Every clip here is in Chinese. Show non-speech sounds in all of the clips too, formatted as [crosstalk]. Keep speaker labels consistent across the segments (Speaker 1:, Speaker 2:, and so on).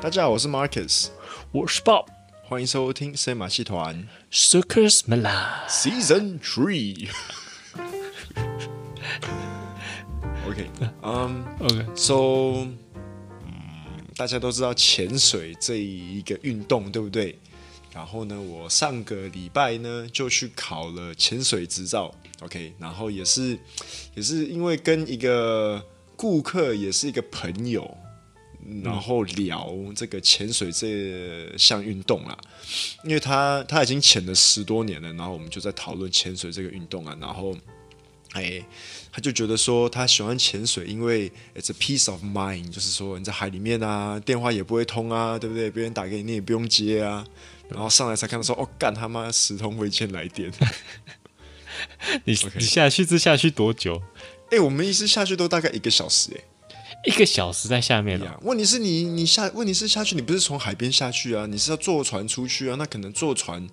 Speaker 1: 大家好，我是 Marcus，
Speaker 2: 我是 Bob
Speaker 1: 欢迎收听森马戏团
Speaker 2: Circus Mala。
Speaker 1: Season Three。OK，嗯、
Speaker 2: OK，
Speaker 1: s o 嗯，大家都知道潜水这一个运动，对不对？然后呢，我上个礼拜呢就去考了潜水执照，OK，然后也是也是因为跟一个顾客，也是一个朋友，然后聊这个潜水这项运动啦，因为他他已经潜了十多年了，然后我们就在讨论潜水这个运动啊，然后。哎，他就觉得说他喜欢潜水，因为 it's a peace of mind，就是说你在海里面啊，电话也不会通啊，对不对？别人打给你，你也不用接啊。然后上来才看到说，哦，干他妈十通未接来电。 [laughs]
Speaker 2: 你你下去这下去多久？
Speaker 1: 哎，我们一次下去都大概一个小时，哎，
Speaker 2: 一个小时在下面了、哦
Speaker 1: 呀，问题是你你下，问题是下去，你不是从海边下去啊，你是要坐船出去啊，那可能坐船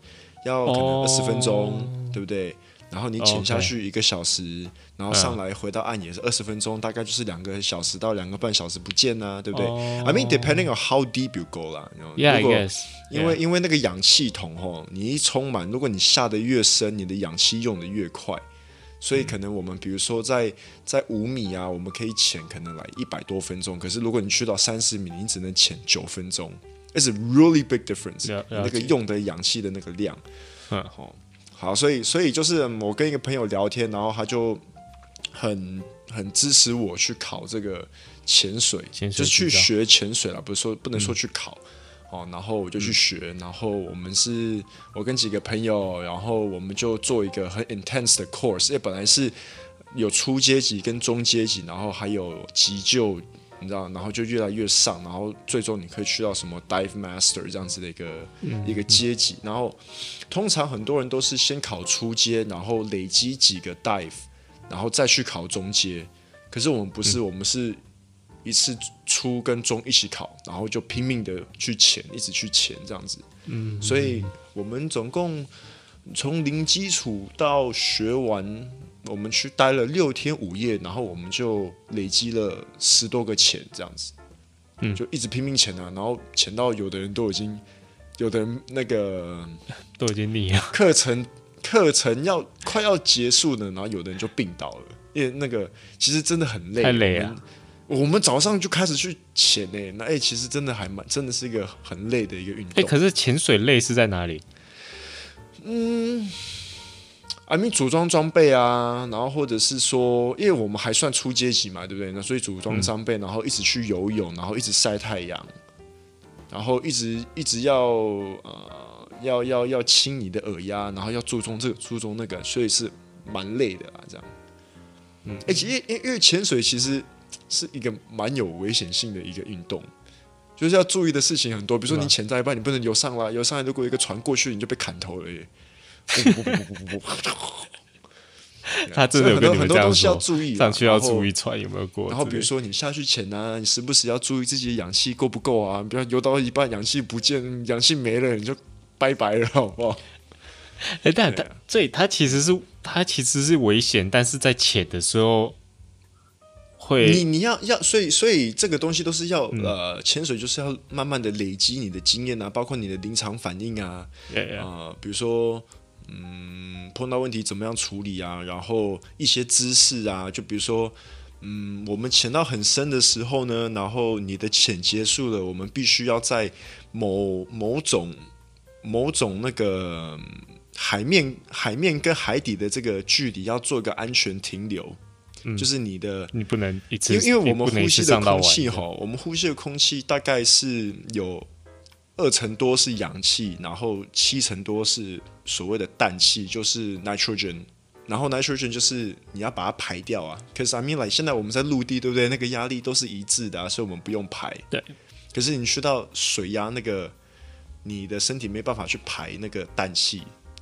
Speaker 1: 要可能
Speaker 2: 哦
Speaker 1: 二十分钟，对不对？然后你潜下去一个小
Speaker 2: 嗯
Speaker 1: 时，然后上来回到岸也是二十分钟，大概就是两个小时到两个半小时不见啊，对不对、
Speaker 2: 哦
Speaker 1: i mean depending on how deep you go 啦，you know，
Speaker 2: Yeah,
Speaker 1: 如果
Speaker 2: I guess.
Speaker 1: 因为因为那个氧气筒吼，你一充满，如果你下的越深，你的氧气用的越快，所
Speaker 2: 嗯
Speaker 1: 以可能我们比如说在在五米啊，我们可以潜可能来一百多分钟，可是如果你去到三十米，你只能潜九分钟，it's a really big difference，
Speaker 2: 了了
Speaker 1: 那个
Speaker 2: 解
Speaker 1: 用的氧气的那个量，
Speaker 2: 嗯
Speaker 1: 好，好，所以所以就是嗯我跟一个朋友聊天，然后他就很很支持我去考这个潜水，
Speaker 2: 潜水
Speaker 1: 就是去
Speaker 2: 执照嗯
Speaker 1: 学潜水了，不是说不能说去考。哦，然后我就去学，然后我们是，我跟几个朋友，然后我们就做一个很 intense 的 course，因为本来是有初阶级跟中阶级，然后还有急救，你知道，然后就越来越上，然后最终你可以去到什么 dive master 这样子的一个、
Speaker 2: 嗯
Speaker 1: 一个阶级，然后通常很多人都是先考初阶，然后累积几个 dive，然后再去考中阶，可是我们不是，我们是一次初跟中一起考，然后就拼命的去潜，一直去潜这样子。嗯，所以我们总共从零基础到学完，我们去待了六天五夜，然后我们就累积了十多个潜这样子。嗯，就一直拼命潜啊，然后潜到有的人都已经，有的人那个
Speaker 2: 都已经腻了。
Speaker 1: 课程课程要快要结束了，然后有的人就病倒了，因为那个其实真的很累，
Speaker 2: 太累
Speaker 1: 我
Speaker 2: 啊了
Speaker 1: 们。我们早上就开始去潜诶、那诶、哎其实真的还蛮，真的是一个很累的一个运
Speaker 2: 哎、
Speaker 1: 动。
Speaker 2: 可是潜水类是在哪里？
Speaker 1: I mean 啊组装装备啊，然后或者是说，因为我们还算初阶级嘛，对不对？那所以组装装备，然后一直去游泳，然后一直晒太阳，然后一直一直要呃要要要清你的耳压，然后要注重这个注重那个，所以是蛮累的啦，这样。嗯，而且因因因为潜水其实是一个蛮有危险性的一个运动。就是要注意的事情很多，比如说你潜在一半，你不能游上来，游上来如果有一个船过去，你就被砍头了耶！不不不不不不不，
Speaker 2: 他真的有
Speaker 1: 所以
Speaker 2: 跟
Speaker 1: 很多很
Speaker 2: 你们
Speaker 1: 多
Speaker 2: 这样
Speaker 1: 东西要
Speaker 2: 说？
Speaker 1: 注意啊，
Speaker 2: 上去要注
Speaker 1: 意。
Speaker 2: 意船有没有过之类的？
Speaker 1: 然后比如说你下去潜啊，你时不时要注意自己的氧气够不够啊，不要游到一半氧气不见，氧气没了你就拜拜了，好不好？
Speaker 2: 哎、但他所以他其实是他其实是危险，但是在潜的时候
Speaker 1: 你
Speaker 2: 会
Speaker 1: 你要要，所以所以这个东西都是要、
Speaker 2: 嗯
Speaker 1: 呃，潜水就是要慢慢的累积你的经验啊，包括你的临场反应啊，
Speaker 2: 呃
Speaker 1: 啊，比如说，嗯，碰到问题怎么样处理啊，然后一些知识啊，就比如说，嗯，我们潜到很深的时候呢，然后你的潜结束了，我们必须要在某某种某种那个嗯海面海面跟海底的这个距离要做一个安全停留，就是你的
Speaker 2: 你不能一次，
Speaker 1: 因为因为我
Speaker 2: 你
Speaker 1: 们
Speaker 2: 不能
Speaker 1: 呼
Speaker 2: 一
Speaker 1: 吸
Speaker 2: 次
Speaker 1: 的
Speaker 2: 上到
Speaker 1: 空
Speaker 2: 完
Speaker 1: 气哦哈，我们呼吸的空气大概是有二成多是氧气，然后七成多是所谓的氮气，就是 nitrogen。然后 nitrogen 就是你要把它排掉啊。可是 I mean like 现在我们在陆地，对不对？那个压力都是一致的啊，所以我们不用排。
Speaker 2: 对。
Speaker 1: 可是你去到水压那个，你的身体没办法去排那个氮气，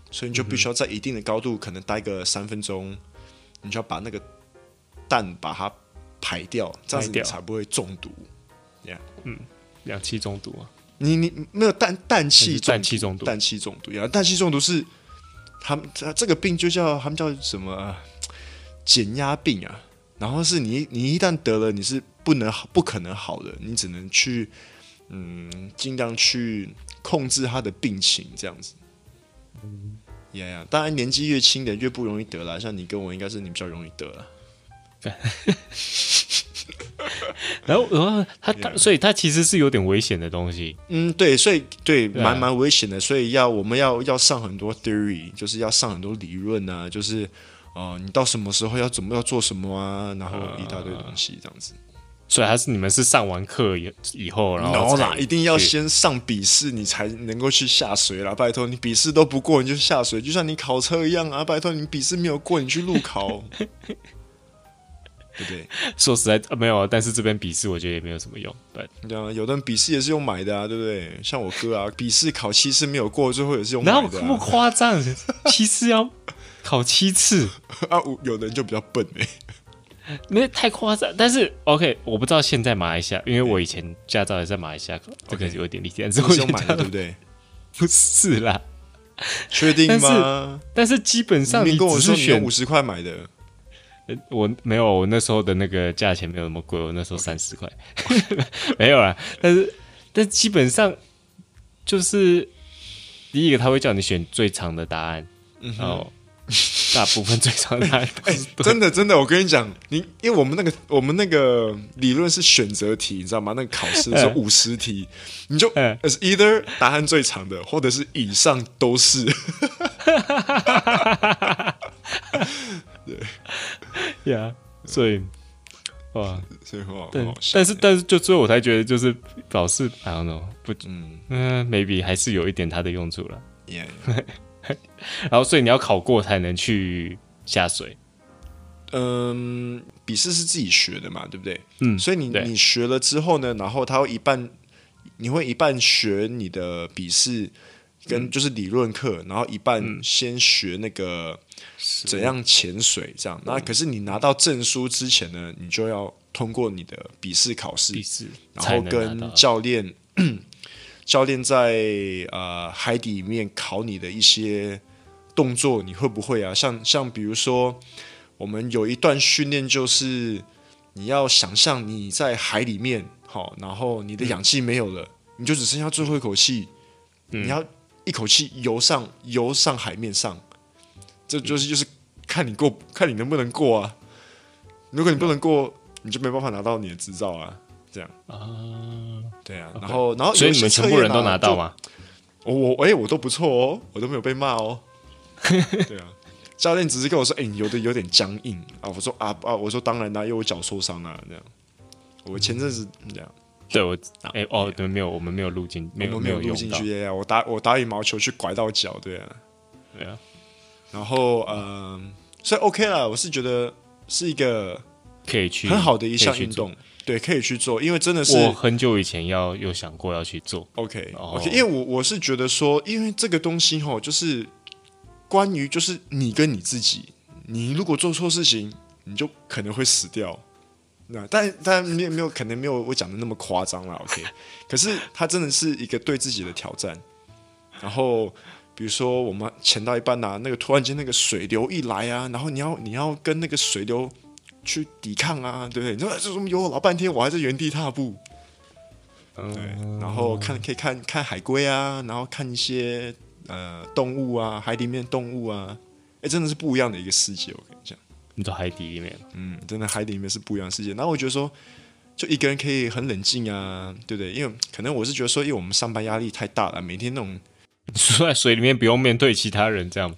Speaker 1: 所以你就必须要在一定的高度，可能待个三分钟，你就要把那个氮把它排掉，这样子
Speaker 2: 排
Speaker 1: 你
Speaker 2: 掉
Speaker 1: 才不会中毒。
Speaker 2: 氧气中毒啊，
Speaker 1: 你你没有氮氮气中
Speaker 2: 氮气中毒
Speaker 1: 氮气中毒呀，氮气中毒是他们他这个病就叫他们叫什么呃减压病啊。然后是你你一旦得了，你是不能好不可能好的，你只能去嗯，尽量去控制他的病情，这样子。
Speaker 2: 嗯
Speaker 1: 呀呀，当然年纪越轻的越不容易得啦，像你跟我应该是你比较容易得啦。
Speaker 2: 然后，然后它
Speaker 1: Yeah
Speaker 2: 它，所以它其实是有点危险的东西。
Speaker 1: 嗯，对，所以对，
Speaker 2: 啊
Speaker 1: 蛮蛮危险的，所以要我们要要上很多 theory，就是要上很多理论啊，就是呃，你到什么时候要怎么要做什么啊，然后一大堆东西这样子。
Speaker 2: 所以它是你们是上完课以以后，然后
Speaker 1: no 啦，
Speaker 2: 才
Speaker 1: 一定要
Speaker 2: 去
Speaker 1: 先上笔试，你才能够去下水啦。拜托，你笔试都不过，你就下水，就像你考车一样啊。拜托，你笔试没有过，你去路 [laughs] 考，对不对？
Speaker 2: 说实在、呃没有啊，但是这边笔试我觉得也没有什么用。对，
Speaker 1: 对啊，有的人笔试也是用买的啊，对不对？像我哥啊，笔试考七次没有过，最后也是用买
Speaker 2: 哪有
Speaker 1: 的
Speaker 2: 那
Speaker 1: 啊、
Speaker 2: 么夸张？七次要考
Speaker 1: [laughs]
Speaker 2: 七次，
Speaker 1: [laughs] 啊。我有的人就比较笨哎、
Speaker 2: 那太夸张。但是 OK，我不知道现在马来西亚，因为我以前驾照也在马来西亚，这个
Speaker 1: OK
Speaker 2: 有点理解。但是
Speaker 1: 你
Speaker 2: 我
Speaker 1: 是用
Speaker 2: 觉
Speaker 1: 买的，对
Speaker 2: 得
Speaker 1: 不对？
Speaker 2: 不是啦。
Speaker 1: 确定
Speaker 2: 但是
Speaker 1: 吗？
Speaker 2: 但是基本上
Speaker 1: 你
Speaker 2: 你
Speaker 1: 跟我
Speaker 2: 只
Speaker 1: 说
Speaker 2: 是
Speaker 1: 你用
Speaker 2: 选
Speaker 1: 五十块买的，
Speaker 2: 呃我没有，我那时候的那个价钱没有那么贵，我那时候三十块， [laughs] 没有啦。但是，但基本上就是第一个，他会叫你选最长的答案，
Speaker 1: 嗯
Speaker 2: 然后大部分最长的答案都
Speaker 1: [laughs]
Speaker 2: 是 [laughs] 对。
Speaker 1: 真的真的，我跟你讲，你因为我们那个我们那个理论是选择题，你知道吗？那个考试是
Speaker 2: 嗯
Speaker 1: 五十题，你就
Speaker 2: 嗯
Speaker 1: as either 答案最长的，或者是以上都是。 [laughs]
Speaker 2: 呀，所以哇，
Speaker 1: 所以很好，
Speaker 2: 对
Speaker 1: 很好，笑
Speaker 2: 但是但是就所以我才觉得就是老是 I don't know 不
Speaker 1: 嗯
Speaker 2: 嗯、m a y b e 还是有一点它的用处了。
Speaker 1: ，yeah，
Speaker 2: 然后所以你要考过才能去下水。
Speaker 1: 嗯，笔试是自己学的嘛，对不对？
Speaker 2: 嗯
Speaker 1: 所以你
Speaker 2: 对
Speaker 1: 你学了之后呢，然后他会一半，你会一半学你的笔试跟就是理论课，然后一半先学那个怎样潜水这样。那可是你拿到证书之前呢，你就要通过你的笔试考试，
Speaker 2: 必是，
Speaker 1: 然后
Speaker 2: 才能拿
Speaker 1: 跟
Speaker 2: 到
Speaker 1: 教练 [clears throat] 教练在呃海底里面考你的一些动作，你会不会啊？像像比如说，我们有一段训练就是你要想象你在海里面，好，然后你的氧气没有了，你就只剩下最后一口气，
Speaker 2: 嗯
Speaker 1: 你要一口气游上游上海面上，这就是就是看你过看你能不能过啊。如果你不能过，你就没办法拿到你的执照啊。
Speaker 2: 啊。
Speaker 1: 对啊，然后然后
Speaker 2: 所以
Speaker 1: 有一
Speaker 2: 你
Speaker 1: 些
Speaker 2: 们
Speaker 1: 测
Speaker 2: 全部人
Speaker 1: 验啊
Speaker 2: 都拿到？吗？
Speaker 1: 就我我哎、我都不错哦，我都没有被骂
Speaker 2: [laughs]
Speaker 1: 哦。对啊，教练只是跟我说，哎、你游的有点僵硬啊。我说啊啊，我说当然啦、因为我脚受伤啊，这样。我前阵子这样，
Speaker 2: 对，我哎、哦，对，没有，我们没有录进，嗯没有
Speaker 1: 啊我
Speaker 2: 没
Speaker 1: 没有
Speaker 2: 有
Speaker 1: 录
Speaker 2: 用
Speaker 1: 进
Speaker 2: 到。
Speaker 1: 去呀、我打我打羽毛球去拐到脚，对啊。
Speaker 2: 对啊，
Speaker 1: 然后嗯、所以 OK 啦，我是觉得是一个
Speaker 2: 可以去
Speaker 1: 很好的一项
Speaker 2: 可以去
Speaker 1: 运
Speaker 2: 做
Speaker 1: 动，对，可以去做，因为真的是
Speaker 2: 我很久以前要有想过要去做，
Speaker 1: OK
Speaker 2: 哦
Speaker 1: OK，因为我我是觉得说，因为这个东西吼，就是关于就是你跟你自己，你如果做错事情，你就可能会死掉。那但但没有没有可能没有我讲的那么夸张啦 OK，可 [laughs] 是它真的是一个对自己的挑战。然后比如说我们潜到一半啊，那个突然间那个水流一来啊，然后你要你要跟那个水流去抵抗啊，对不对？你说这怎么游了老半天，我还在原地踏步。对，然后看可以看看海龟啊，然后看一些呃动物啊，海里面动物啊，哎，真的是不一样的一个世界，我跟你讲，
Speaker 2: 你到海底里面， [laughs]
Speaker 1: 嗯，真的海里面是不一样的世界。然后我觉得说，就一个人可以很冷静啊，对不对？因为可能我是觉得说，因为我们上班压力太大了，每天那种，
Speaker 2: 你说在水里面不用面对其他人，这样。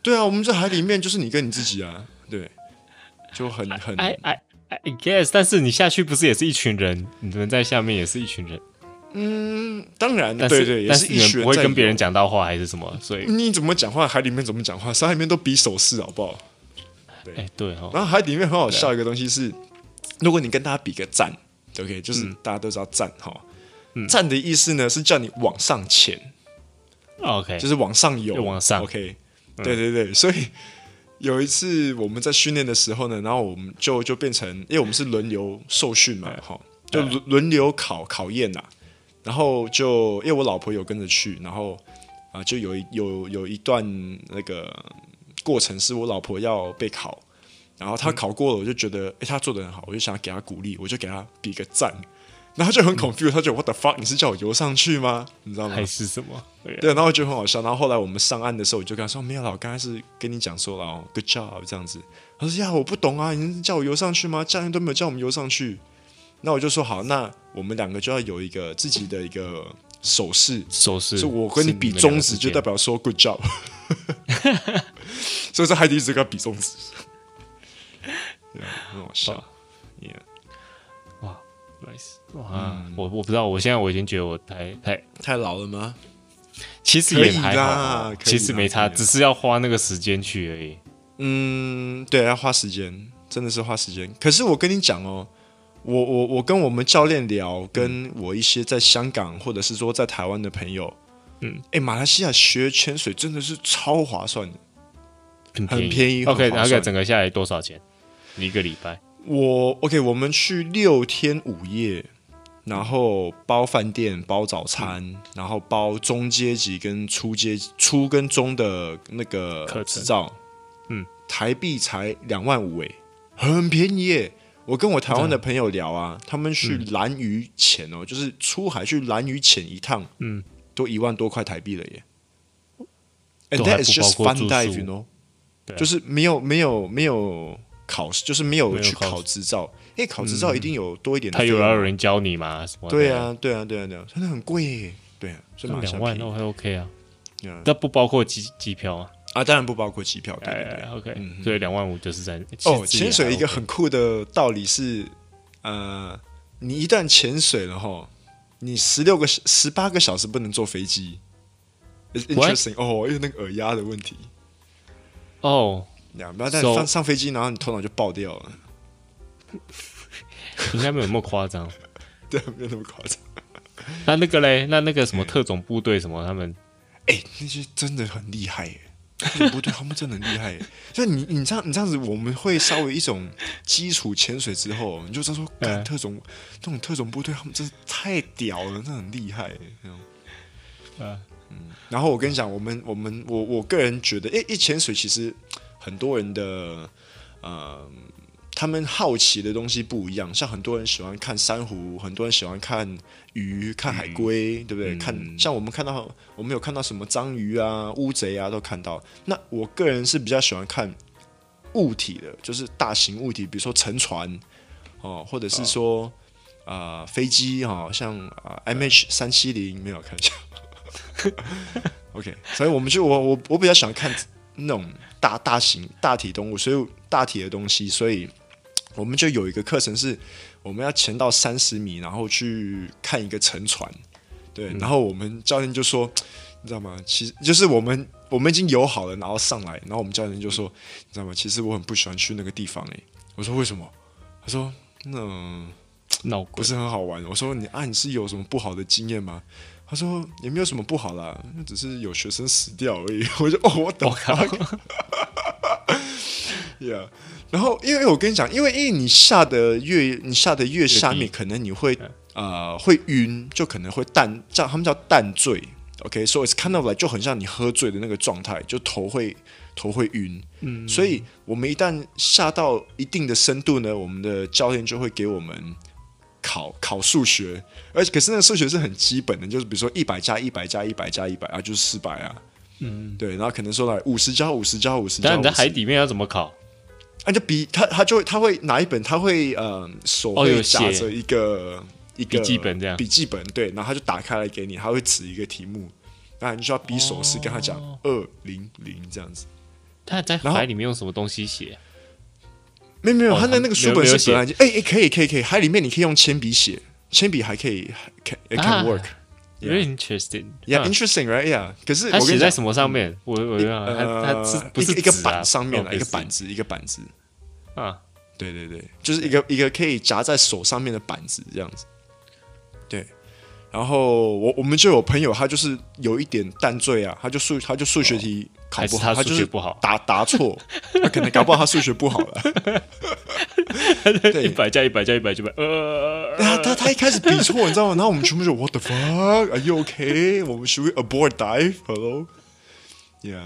Speaker 1: 对啊，我们在海里面就是你跟你自己啊，对，就很很
Speaker 2: I I I guess，但是你下去不是也是一群人，你们在下面也是一群人，
Speaker 1: 当然，
Speaker 2: 但
Speaker 1: 嗯
Speaker 2: 是
Speaker 1: 对对，也
Speaker 2: 但
Speaker 1: 一群
Speaker 2: 你们
Speaker 1: 人
Speaker 2: 不会
Speaker 1: 在
Speaker 2: 跟别
Speaker 1: 游嗯
Speaker 2: 人讲到话还是什么，所以
Speaker 1: 你怎么讲话，海里面怎么讲话，山里面都比手势好不好？
Speaker 2: 哎、对哦，
Speaker 1: 然后海底面很好笑一个东西是，如果你跟大家比个赞，OK，就是大家都知道赞哈。赞的意思呢是叫你往上潜，
Speaker 2: 哦 OK，
Speaker 1: 就是往上游，
Speaker 2: 就往上嗯
Speaker 1: OK，对对对，所以有一次我们在训练的时候呢，然后我们就就变成，因为我们是轮流受训嘛，
Speaker 2: 嗯
Speaker 1: 哈，就轮轮流考考验呐、然后就因为我老婆有跟着去，然后啊、就有一有有一段那个过程是我老婆要被考，
Speaker 2: 嗯
Speaker 1: 然后她考过了，我就觉得哎、诶她做的很好，我就想给她鼓励，我就给她比个赞。然后就很 confused，他就 What the fuck？你是叫我游上去吗？你知道吗
Speaker 2: 嗯还？是什么？对啊
Speaker 1: 对，然后就很好笑。然后后来我们上岸的时候，我就跟他说没有啦，我刚才是跟你讲说了哦，good job 这样子。他说呀，我不懂啊，你是叫我游上去吗？教练都没有叫我们游上去。那我就说好，那我们两个就要有一个自己的一个手势，
Speaker 2: 手势，
Speaker 1: 是我跟你比
Speaker 2: 们两个
Speaker 1: 中指，
Speaker 2: 之
Speaker 1: 就
Speaker 2: 间
Speaker 1: 代表说 good job。所以在海底一直跟他比中指， [laughs] 对啊，很好笑
Speaker 2: 好。
Speaker 1: Yeah.
Speaker 2: nice 哇！
Speaker 1: 嗯
Speaker 2: 我我不知道，我现在我已经觉得我太太，
Speaker 1: 太老了吗？
Speaker 2: 其实
Speaker 1: 可
Speaker 2: 也
Speaker 1: 以
Speaker 2: 还
Speaker 1: 啦
Speaker 2: 好啊
Speaker 1: 可，以
Speaker 2: 其实
Speaker 1: 啦
Speaker 2: 没差，
Speaker 1: 可以啦
Speaker 2: 只是要花那个时间去而已。
Speaker 1: 嗯，对，要花时间，真的是花时间。可是我跟你讲哦，我我我跟我们教练聊，跟我一些在香港或者是说在台湾的朋友，
Speaker 2: 嗯，
Speaker 1: 哎，马来西亚学潜水真的是超划算的。
Speaker 2: 很
Speaker 1: 很
Speaker 2: 便宜。
Speaker 1: 便宜
Speaker 2: OK，
Speaker 1: 很划
Speaker 2: 然后
Speaker 1: 算
Speaker 2: 整个下来多少钱？一个礼拜
Speaker 1: 我 OK，我们去六天五夜，然后包饭店、包早餐，然后包中阶级跟初阶级、初跟中的那个
Speaker 2: 课程
Speaker 1: 执照，
Speaker 2: 嗯，
Speaker 1: 台币才两万五诶，很便宜耶。我跟我台湾的朋友聊啊，他们去蓝屿潜哦，就是出海去蓝屿潜一趟，
Speaker 2: 嗯，
Speaker 1: 都一万多块台币了耶。And
Speaker 2: 都还
Speaker 1: that is
Speaker 2: 不包
Speaker 1: just
Speaker 2: 括
Speaker 1: fun
Speaker 2: 住宿
Speaker 1: dive, you know？
Speaker 2: 对啊
Speaker 1: 就是没有没有没有考试，就是没有
Speaker 2: 没有
Speaker 1: 去
Speaker 2: 考
Speaker 1: 考执照，因为考执照一定有多一点的
Speaker 2: 他
Speaker 1: 费用
Speaker 2: 有
Speaker 1: 嘛。
Speaker 2: 要有人教你吗？什么的
Speaker 1: 对，啊，对啊，对啊，对啊，真的很贵耶。对啊，所以马来西
Speaker 2: 两
Speaker 1: 亚
Speaker 2: 万
Speaker 1: 便宜
Speaker 2: 那还 OK 啊
Speaker 1: 嗯，
Speaker 2: 那不包括机机票啊。
Speaker 1: 啊，当然不包括机票。对对对
Speaker 2: 哎，OK，所以两万五就是在
Speaker 1: 嗯哦，潜水一个很酷的道理是，呃，你一旦潜水了哈，你十六个十八个小时不能坐飞机。It's
Speaker 2: What？
Speaker 1: interesting 哦，因为那个耳压的问题，
Speaker 2: 哦，
Speaker 1: 两不要但
Speaker 2: So-
Speaker 1: 上上飞机，然后你头脑就爆掉了， [laughs]
Speaker 2: 应该没有那么夸张。
Speaker 1: [laughs] 对，没有那么夸张。
Speaker 2: 那那个嘞，那那个什么特种部队什么，他们
Speaker 1: 哎、那些真的很厉害耶，那个部队他们真的很厉害耶。就你你这样你这样子，我们会稍微一种基础潜水之后，你就知道说，干
Speaker 2: 嗯
Speaker 1: 特种这种特种部队他们真是太屌了，真的很厉害耶。那种
Speaker 2: 嗯
Speaker 1: 然后我跟你讲，我们我们我我个人觉得，哎、一潜水其实很多人的呃，他们好奇的东西不一样，像很多人喜欢看珊瑚，很多人喜欢看鱼、看海龟，对不对？看像我们看到，我们有看到什么章鱼啊、乌贼啊，都看到。那我个人是比较喜欢看物体的，就是大型物体，比如说沉船哦，或者是说。啊、飞机哈、像啊、MH 三七零没有看一下，OK，所以我们就我我我比较喜欢看那种大大型大体动物，所以大体的东西，所以我们就有一个课程是我们要潜到三十米，然后去看一个沉船，对，然后我们教练就说，你知道吗？其实就是我们我们已经游好了，然后上来，然后我们教练就说，你知道吗？其实我很不喜欢去那个地方诶、欸我说为什么？他说嗯。
Speaker 2: 闹
Speaker 1: 不
Speaker 2: 鬼，
Speaker 1: 是很好玩。我说你啊，你是有什么不好的经验吗？他说也没有什么不好啦，只是有学生死掉而已。 [laughs] 我就哦，我懂
Speaker 2: 我。靠，
Speaker 1: [laughs] Yeah，然后因为我跟你讲，因为因为你下的越你下的越下面，可能你会呃会晕，就可能会淡，叫他们叫淡醉。OK，所、以 it's kind of like 就很像你喝醉的那个状态，就头会头会晕。嗯，所以我们一旦下到一定的深度呢，我们的教练就会给我们考考数学，而且可是那个数学是很基本的，就是比如说一百加一百加一百加一百啊，就是四百啊。嗯，对，然后可能说来五十加五十加五十加50，
Speaker 2: 但你在海底面要怎么考？
Speaker 1: 啊，就比他他就会他会拿一本，他会呃手
Speaker 2: 哦
Speaker 1: 会
Speaker 2: 有
Speaker 1: 夹
Speaker 2: 写
Speaker 1: 着一个、一个
Speaker 2: 笔记本这样
Speaker 1: 笔记本对，然后他就打开来给你，他会指一个题目，那你就要比手势跟他讲二零零这样子。
Speaker 2: 他在
Speaker 1: 然后
Speaker 2: 海里面用什么东西写？
Speaker 1: 没有没有，
Speaker 2: 哦
Speaker 1: 他的
Speaker 2: 他
Speaker 1: 那个
Speaker 2: 没
Speaker 1: 书
Speaker 2: 有
Speaker 1: 本
Speaker 2: 没有
Speaker 1: 是本来就哎哎可以可以可以，它里面你可以用铅笔写，铅笔还可以还 can it can
Speaker 2: 啊
Speaker 1: work。
Speaker 2: Very interesting，
Speaker 1: Yeah,
Speaker 2: 啊
Speaker 1: interesting, right? Yeah. 可是 [laughs]
Speaker 2: 他
Speaker 1: 我跟
Speaker 2: 写
Speaker 1: 你
Speaker 2: 在
Speaker 1: 讲，嗯
Speaker 2: 什么上面？我我原来
Speaker 1: 呃，
Speaker 2: 他他是不
Speaker 1: 一
Speaker 2: 是
Speaker 1: 个一个
Speaker 2: 纸啊
Speaker 1: 板上面啊，一个
Speaker 2: obviously
Speaker 1: 板子，一个板子。
Speaker 2: 啊？
Speaker 1: 对对对，就是一个一个可以夹在手上面的板子这样子。对，然后我我们就有朋友，他就是有一点淡醉啊，他就数他就数学题考不好，
Speaker 2: 哦还是他数
Speaker 1: 就
Speaker 2: 学
Speaker 1: 是
Speaker 2: 不好
Speaker 1: 答答错，他可能搞不好他数学不好了。 [laughs] 对
Speaker 2: 一百加一百加一百就百，
Speaker 1: [laughs]
Speaker 2: 呃，
Speaker 1: 他啊他他一开始比错，你知道吗？然后我们全部就 What the fuck？Are you okay？我们 should we abort dive？Hello？Yeah。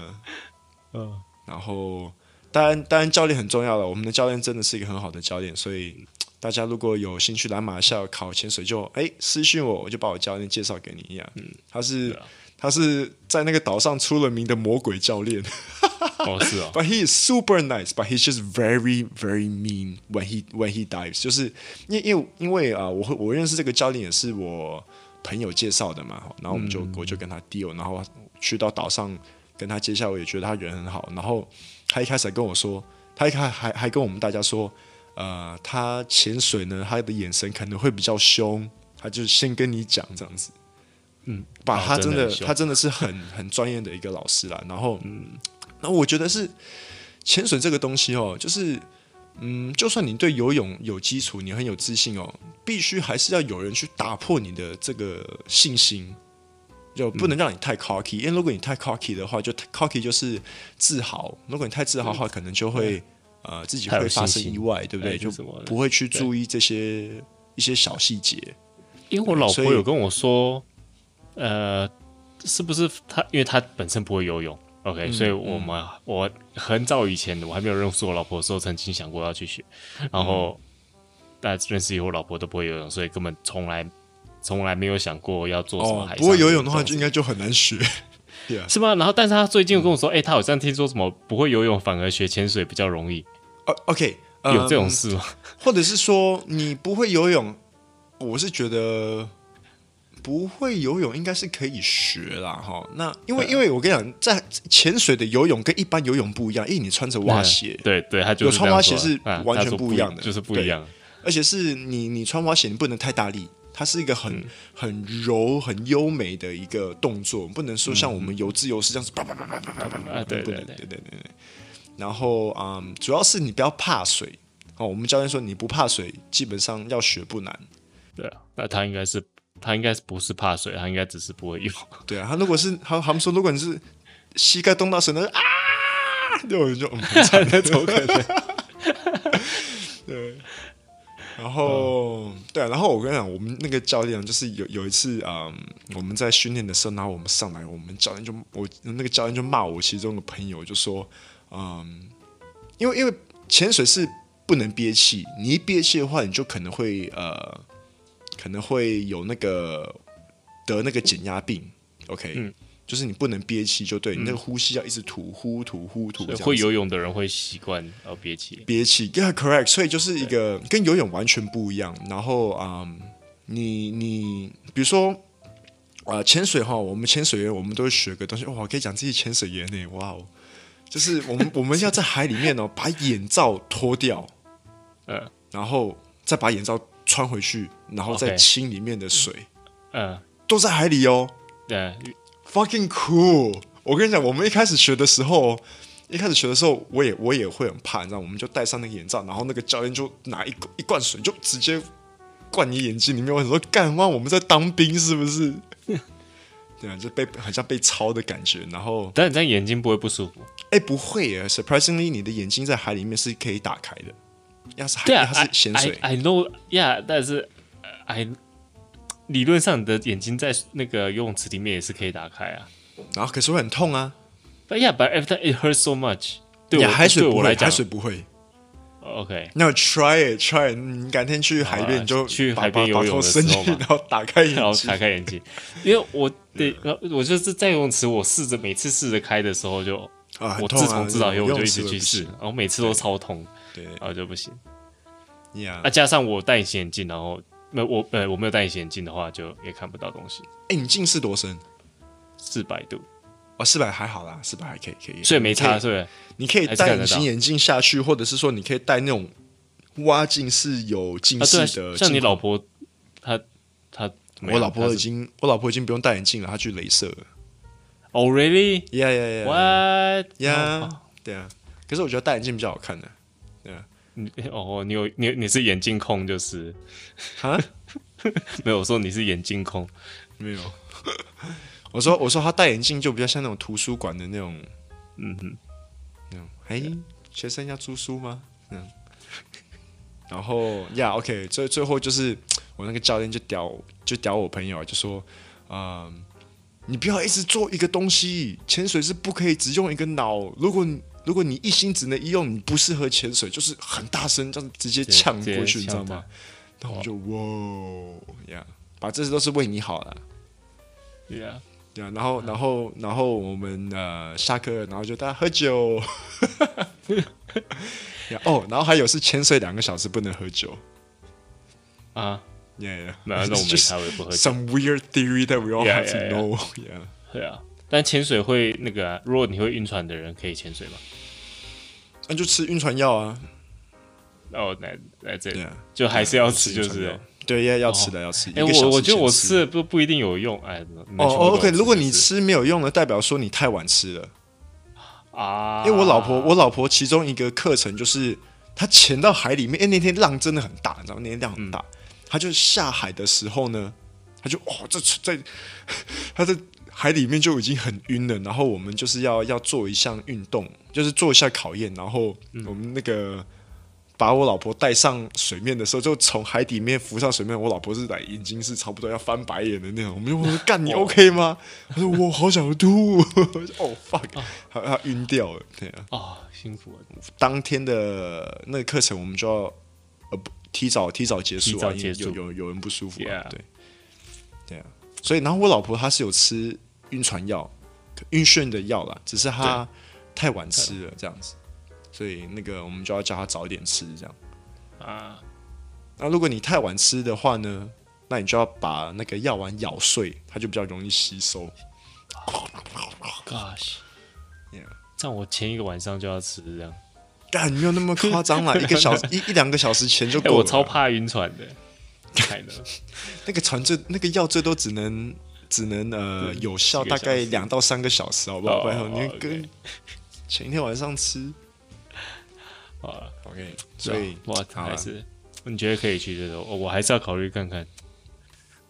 Speaker 2: 嗯
Speaker 1: 然后当然当然教练很重要了，我们的教练真的是一个很好的教练，所以大家如果有兴趣来马来西亚考潜水就，哎私信我，我就把我教练介绍给你一样。嗯，他是、他是在那个岛上出了名的魔鬼教练
Speaker 2: 哦是哦，
Speaker 1: ，but he is super nice, but he's just very very mean when he when he dives。就是因为因为因为啊、我会我认识这个教练也是我朋友介绍的嘛，然后我们就、我就跟他 deal，然后去到岛上跟他接下，我也觉得他人很好。然后他一开始还跟我说，呃他一开还还跟我们大家说，呃，他潜水呢，他的眼神可能会比较凶，他就先跟你讲这样子。嗯，把他
Speaker 2: 哦真
Speaker 1: 真的
Speaker 2: 的很凶嗯
Speaker 1: 他真的是很很专业的一个老师啦。然后，那我觉得是潜水这个东西哦，就是嗯，就算你对游泳有基础，你很有自信哦，必须还是要有人去打破你的这个信心。就不能让你太 cocky，、因为如果你太 cocky 的话，就 cocky 就是自豪。如果你太自豪的
Speaker 2: 嗯
Speaker 1: 话，可能就会呃自己
Speaker 2: 太有
Speaker 1: 会发
Speaker 2: 信
Speaker 1: 生
Speaker 2: 心
Speaker 1: 意外，对不
Speaker 2: 哎
Speaker 1: 对？
Speaker 2: 就
Speaker 1: 就是
Speaker 2: 什么
Speaker 1: 不会去注意这些一些小细节。
Speaker 2: 因为我老
Speaker 1: 所
Speaker 2: 婆
Speaker 1: 以
Speaker 2: 有跟我说，呃，是不是她？因为她本身不会游泳，OK，、所以
Speaker 1: 嗯
Speaker 2: 我们我很早以前我还没有认识我老婆的时候，曾经想过要去学，然
Speaker 1: 嗯
Speaker 2: 后但认识以后，我老婆都不会游泳，所以根本从来从来没有想过要做什么
Speaker 1: 哦
Speaker 2: 海，上
Speaker 1: 不会游泳的话，
Speaker 2: 运动
Speaker 1: 就应该就很难学。 [laughs]
Speaker 2: 是吗？然后，但是她最近有跟我说，哎、她好像听说什么不会游泳反而学潜水比较容易，
Speaker 1: 哦，OK，、呃、
Speaker 2: 有这种事
Speaker 1: [laughs]
Speaker 2: 吗？
Speaker 1: 或者是说你不会游泳，我是觉得不会游泳应该是可以学啦，哈。那因
Speaker 2: 嗯
Speaker 1: 为因为我跟你讲，在潜水的游泳跟一般游泳不一样，因为你穿着蛙鞋，
Speaker 2: [laughs] 对对，她就是
Speaker 1: 有穿
Speaker 2: 这样
Speaker 1: 蛙鞋
Speaker 2: 说
Speaker 1: 是
Speaker 2: 啊
Speaker 1: 完
Speaker 2: 她
Speaker 1: 全
Speaker 2: 说
Speaker 1: 不
Speaker 2: 不
Speaker 1: 一样的
Speaker 2: 就是不
Speaker 1: 对
Speaker 2: 一样。
Speaker 1: 而且是你你穿蛙鞋你不能太大力，它是一个很、
Speaker 2: 嗯
Speaker 1: 很柔很优美的一个动作，不能说像我们游自由式这样子叭叭叭叭叭叭叭叭，
Speaker 2: 啊对
Speaker 1: 不
Speaker 2: 对
Speaker 1: 能
Speaker 2: 对
Speaker 1: 对对对对。然后嗯，主要是你不要怕水哦。我们教练说你不怕水，基本上要学不难。
Speaker 2: 对啊，那他应该是他应该是不是怕水，他应该只是不会
Speaker 1: [laughs]
Speaker 2: 游。
Speaker 1: 对啊，他如果是他他们说如果你是膝盖动到水，那就啊，对，我就嗯很惨，那怎么可能？对。然后，对啊，然后我跟你讲，我们那个教练就是有有一次啊、嗯我们在训练的时候，然后我们上来，我们教练就我那个教练就骂我其中的朋友，就说，嗯，因为因为潜水是不能憋气，你一憋气的话，你就可能会呃，可能会有那个得那个减压病，OK，、就是你不能憋气，就对你那个呼吸要一直吐呼吐呼吐，这样子
Speaker 2: [laughs] 会游泳的人会习惯呃憋气。
Speaker 1: 憋气，yeah correct，所以就是一个跟游泳完全不一样。然后啊、嗯你你比如说啊、呃潜水哈，我们潜水员我们都会学个东西，哇，可以讲自己潜水员呢，哇哦，就是我
Speaker 2: [laughs]
Speaker 1: 们我们要在海里面哦，把眼罩脱掉，
Speaker 2: 嗯
Speaker 1: 然后再把眼罩穿回去，然后再
Speaker 2: OK
Speaker 1: 清里面的水
Speaker 2: 嗯，
Speaker 1: 都在海里哦。
Speaker 2: 对，啊
Speaker 1: fucking cool！我跟你讲，我们一开始学的时候，一开始学的时候，我也我也会很怕，你知道，我们就戴上那个眼罩，然后那个教练就拿一罐一罐水就直接灌你眼睛里面。我想说，干嘛我们在当兵是不是？ [laughs] 对啊，就被好像被抄的感觉。然后，
Speaker 2: 但你这样眼睛不会不舒
Speaker 1: [laughs]
Speaker 2: 服。
Speaker 1: 哎，不会耶，surprisingly，你的眼睛在海里面是可以打开的。要是海，
Speaker 2: 对啊
Speaker 1: 它是咸水，
Speaker 2: I, I know yeah，但是呃 I 理论上你的眼睛在那个游泳池里面也是可以打开啊。
Speaker 1: 然后可是会很痛啊。
Speaker 2: But yeah, but after it hurts so much 对。
Speaker 1: 呀
Speaker 2: 我
Speaker 1: 海水
Speaker 2: 对
Speaker 1: 不
Speaker 2: 我
Speaker 1: 会，海
Speaker 2: 来讲
Speaker 1: 水不会。
Speaker 2: ，OK，
Speaker 1: 那 try it try，it，你嗯改天去海边
Speaker 2: 啊
Speaker 1: 你就
Speaker 2: 去
Speaker 1: 把
Speaker 2: 海边
Speaker 1: 把
Speaker 2: 游
Speaker 1: 把
Speaker 2: 泳
Speaker 1: 头
Speaker 2: 的
Speaker 1: 伸
Speaker 2: 时
Speaker 1: 进
Speaker 2: 候
Speaker 1: 去，
Speaker 2: 嘛
Speaker 1: 然后打开
Speaker 2: 然
Speaker 1: 眼 [laughs]
Speaker 2: 后
Speaker 1: 睛
Speaker 2: 打，开眼睛，因为我对，然后我就是在游泳池，我试着每次试着开的时候就
Speaker 1: 啊，很
Speaker 2: 我
Speaker 1: 痛
Speaker 2: 自
Speaker 1: 啊
Speaker 2: 从知道以后，
Speaker 1: 游泳
Speaker 2: 我就一
Speaker 1: 池
Speaker 2: 直
Speaker 1: 我
Speaker 2: 去
Speaker 1: 不
Speaker 2: 试，
Speaker 1: 行
Speaker 2: 然后每次都超痛，
Speaker 1: 对嗯
Speaker 2: 然后就不行。
Speaker 1: 呀
Speaker 2: 啊，，加上我戴隐形眼镜，然后没有我呃我没有戴隐形眼镜的话，就也看不到东西，
Speaker 1: 哎，你近视多深？
Speaker 2: 四百度，
Speaker 1: 哦，四百还好啦，四百还可以，可以。
Speaker 2: 所以没差，
Speaker 1: 你可以
Speaker 2: 是不啊是？
Speaker 1: 你可以
Speaker 2: 还是
Speaker 1: 戴
Speaker 2: 看得
Speaker 1: 隐形
Speaker 2: 到
Speaker 1: 眼镜下去，或者是说你可以戴那种蛙镜是有近
Speaker 2: 啊，
Speaker 1: 视
Speaker 2: 对啊
Speaker 1: 的镜，
Speaker 2: 像你老婆，她她怎么
Speaker 1: 我
Speaker 2: 样
Speaker 1: 老婆
Speaker 2: 她
Speaker 1: 已
Speaker 2: 是
Speaker 1: 经我老婆已经不用戴眼镜了，她去镭射了。
Speaker 2: 哦，really
Speaker 1: 呀呀呀
Speaker 2: what
Speaker 1: 呀
Speaker 2: 哦，
Speaker 1: 对啊。可是我觉得戴眼镜比较好看的
Speaker 2: 你哦，你有你你是眼镜控就是
Speaker 1: 啊，
Speaker 2: 没有我说你是眼镜控，
Speaker 1: 没有。我说我说她戴眼镜就比较像那种图书馆的那种
Speaker 2: 嗯哼，
Speaker 1: 那种，哎，学生要租书吗？嗯，然后呀、o k 最最后就是我那个教练就屌就屌我朋友，啊就说，嗯，你不要一直做一个东西，潜水是不可以只用一个脑，如果你如果你一心只能一用，你不适合潜水，就是很大声这样直接
Speaker 2: 接
Speaker 1: [laughs] 呛过去，
Speaker 2: 直接
Speaker 1: 你知道
Speaker 2: 呛
Speaker 1: 吗？那我就哇呀，把这些都是为你好了。
Speaker 2: ，Yeah，
Speaker 1: 对啊，然后，然后，然后我们呃下课，然后就大家喝酒。呀哦，然后还有是潜水两个小时不能喝酒。 [laughs]
Speaker 2: 啊，
Speaker 1: Yeah, yeah.
Speaker 2: 没有，那我
Speaker 1: It's
Speaker 2: 没
Speaker 1: just
Speaker 2: 差，我也不喝酒。
Speaker 1: Some weird theory that we all
Speaker 2: Yeah,
Speaker 1: have to
Speaker 2: yeah,
Speaker 1: know. [laughs] Yeah.
Speaker 2: 对啊，但潜水会那个、啊，如果你会晕船的人可以潜水吗？
Speaker 1: 那就吃晕船药啊。
Speaker 2: 哦，来来这里
Speaker 1: Yeah，
Speaker 2: 就还是要吃，就
Speaker 1: 晕船
Speaker 2: 是
Speaker 1: 药。啊对，要要吃的，要吃。一
Speaker 2: 哎、
Speaker 1: 个小时
Speaker 2: 我我觉得
Speaker 1: 前
Speaker 2: 我
Speaker 1: 吃
Speaker 2: 吃的不不一定有用，哎，你
Speaker 1: 哦
Speaker 2: 们全部都
Speaker 1: 哦
Speaker 2: 有
Speaker 1: ，OK，
Speaker 2: 吃
Speaker 1: 如果你
Speaker 2: 就是
Speaker 1: 吃没有用的，代表说你太晚吃了。
Speaker 2: 啊，
Speaker 1: 因为我老婆，我老婆其中一个课程就是她潜到海里面，哎，那天浪真的很大，你知道吗那天浪很大，她就下海的时候呢，她就哦，这在她在海里面就已经很晕了，然后我们就是要要做一项运动，就是做一下考验，然后我们那个。把我老婆带上水面的时候，就从海底面浮上水面。我老婆是来眼睛是差不多要翻白眼的那种。我们就问说：“干你 OK 吗？”她说：“我好想吐。”我就哦 fuck，她
Speaker 2: 啊
Speaker 1: 她晕掉了。对啊，
Speaker 2: 哦，辛苦了，
Speaker 1: 当天的那个课程，我们就要呃不提早提早结束
Speaker 2: 提
Speaker 1: 啊，
Speaker 2: 早
Speaker 1: 因为
Speaker 2: 结束
Speaker 1: 有有有人不舒服啊
Speaker 2: Yeah
Speaker 1: 对对啊，所以然后我老婆她是有吃晕船药、晕眩的药啦，只是她太晚吃了这样子，所以那个我们就要叫她早一点吃这样。
Speaker 2: 啊，
Speaker 1: 那如果你太晚吃的话呢，那你就要把那个药丸咬碎，它就比较容易吸收。
Speaker 2: gosh，
Speaker 1: Yeah
Speaker 2: 这样我前一个晚上就要吃这样，
Speaker 1: 但没有那么夸张
Speaker 2: [laughs]
Speaker 1: 啦，一个小时一一两个小时前就
Speaker 2: 哎、
Speaker 1: 够了。
Speaker 2: 我超怕晕船的，海呢？
Speaker 1: [laughs] 那个船最那个药最多只能只能呃
Speaker 2: 对
Speaker 1: 有效
Speaker 2: 几
Speaker 1: 大
Speaker 2: 个小时
Speaker 1: 概两到三个小时，好不好？
Speaker 2: 哦
Speaker 1: 不然你
Speaker 2: 哦
Speaker 1: 跟
Speaker 2: OK
Speaker 1: 前一天晚上吃
Speaker 2: 啊，
Speaker 1: ，OK，所以
Speaker 2: 哇，
Speaker 1: 好
Speaker 2: 还
Speaker 1: 了
Speaker 2: 是啊你觉得可以去这种，哦我还是要考虑看看。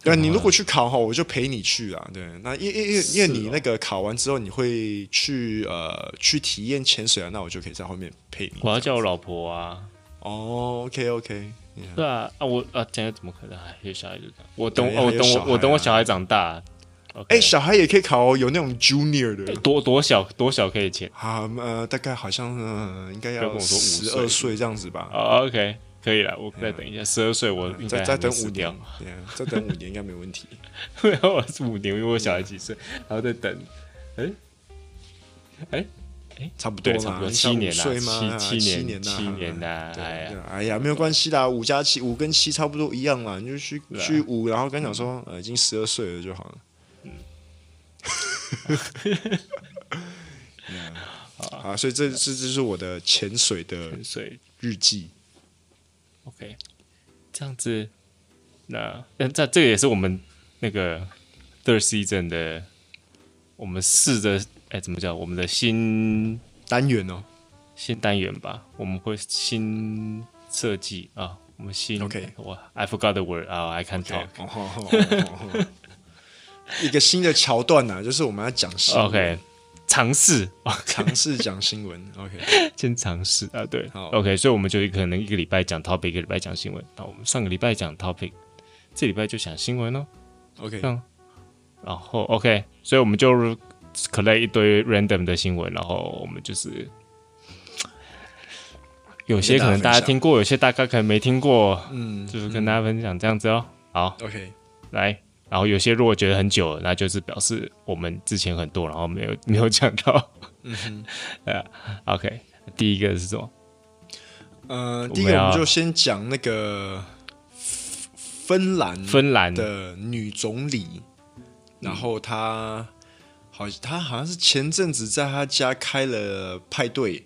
Speaker 1: 对啊你如果去考哈，我就陪你去啦。对，那因因因为因为
Speaker 2: 哦
Speaker 1: 你那个考完之后，你会去呃去体验潜水啊，那我就可以在后面陪你。
Speaker 2: 我要叫我老婆啊，
Speaker 1: 哦，OK OK，
Speaker 2: 对啊，啊我啊，现在怎么可能？哎，有小孩就这样，我等
Speaker 1: 对
Speaker 2: 我
Speaker 1: 还有
Speaker 2: 等
Speaker 1: 小孩
Speaker 2: 我我等我
Speaker 1: 啊
Speaker 2: 小孩长大。
Speaker 1: 哎、
Speaker 2: OK，
Speaker 1: 小孩也可以考哦，有那种 junior
Speaker 2: 哎
Speaker 1: 的。
Speaker 2: 多多小多小可以潜
Speaker 1: 啊，呃，大概好像呃，应该
Speaker 2: 不要跟
Speaker 1: 要
Speaker 2: 我说
Speaker 1: 十
Speaker 2: 5
Speaker 1: 二
Speaker 2: 岁
Speaker 1: 岁这样子吧，
Speaker 2: 啊？OK，可以了，我再等一下，十二岁我应该
Speaker 1: 再再
Speaker 2: 还没
Speaker 1: 等
Speaker 2: 死
Speaker 1: 五
Speaker 2: 掉
Speaker 1: 年，，对啊，再等五年应该没问题。
Speaker 2: 没有， [laughs] 我是五年，因为我小孩几岁，然后再等，哎哎，
Speaker 1: 差不多
Speaker 2: 对，
Speaker 1: 啦，
Speaker 2: 差不多
Speaker 1: 你
Speaker 2: 七
Speaker 1: 想五
Speaker 2: 年
Speaker 1: 岁吗啊
Speaker 2: 啦，？七
Speaker 1: 七
Speaker 2: 年
Speaker 1: 呐，
Speaker 2: 七年
Speaker 1: 呐，
Speaker 2: 啦，
Speaker 1: 对
Speaker 2: 哎呀
Speaker 1: 对，哎呀，没有关系啦，五加七，五跟七差不多一样啦，你就去
Speaker 2: 对啊嗯
Speaker 1: 去五，然后跟他讲说，呃，已经十二岁了就好了。 [laughs] 嗯，啊，所以这这这是我的潜水的
Speaker 2: 所以
Speaker 1: 日记。
Speaker 2: OK，这样子，那那这这个也是我们那个 third season 的，我们试着哎怎么讲，我们的新
Speaker 1: 单元哦
Speaker 2: 新单元吧，我们会新设计啊，我们新
Speaker 1: OK
Speaker 2: 我 I forgot the word 啊、i can't talk。
Speaker 1: 哦哦哦哦哦一个新的桥段呐、就是我们要讲新闻
Speaker 2: OK，尝试， [laughs]
Speaker 1: 尝试讲新闻。OK，
Speaker 2: 先尝试啊，对
Speaker 1: 好
Speaker 2: ，OK，所以我们就可能一个礼拜讲 topic，一个礼拜讲新闻。那我们上个礼拜讲 topic，这礼拜就讲新闻哦。
Speaker 1: OK，
Speaker 2: 这样然后 OK，所以我们就 collect 一堆 random 的新闻，然后我们就是有些可能大家听过，有些大家可能没听过，
Speaker 1: 嗯
Speaker 2: 就是跟大家分享这样子哦。好，
Speaker 1: ，OK，
Speaker 2: 来，然后有些如果觉得很久了，那就是表示我们之前很多，然后没有没有讲到。
Speaker 1: 嗯哼。
Speaker 2: [laughs] 呃，OK，第一个是什么？
Speaker 1: 呃，
Speaker 2: 们
Speaker 1: 第一个我们
Speaker 2: 要
Speaker 1: 就先讲那个芬芬兰
Speaker 2: 芬兰
Speaker 1: 的女总理，然后她好，她好像是前阵子在她家开了派对，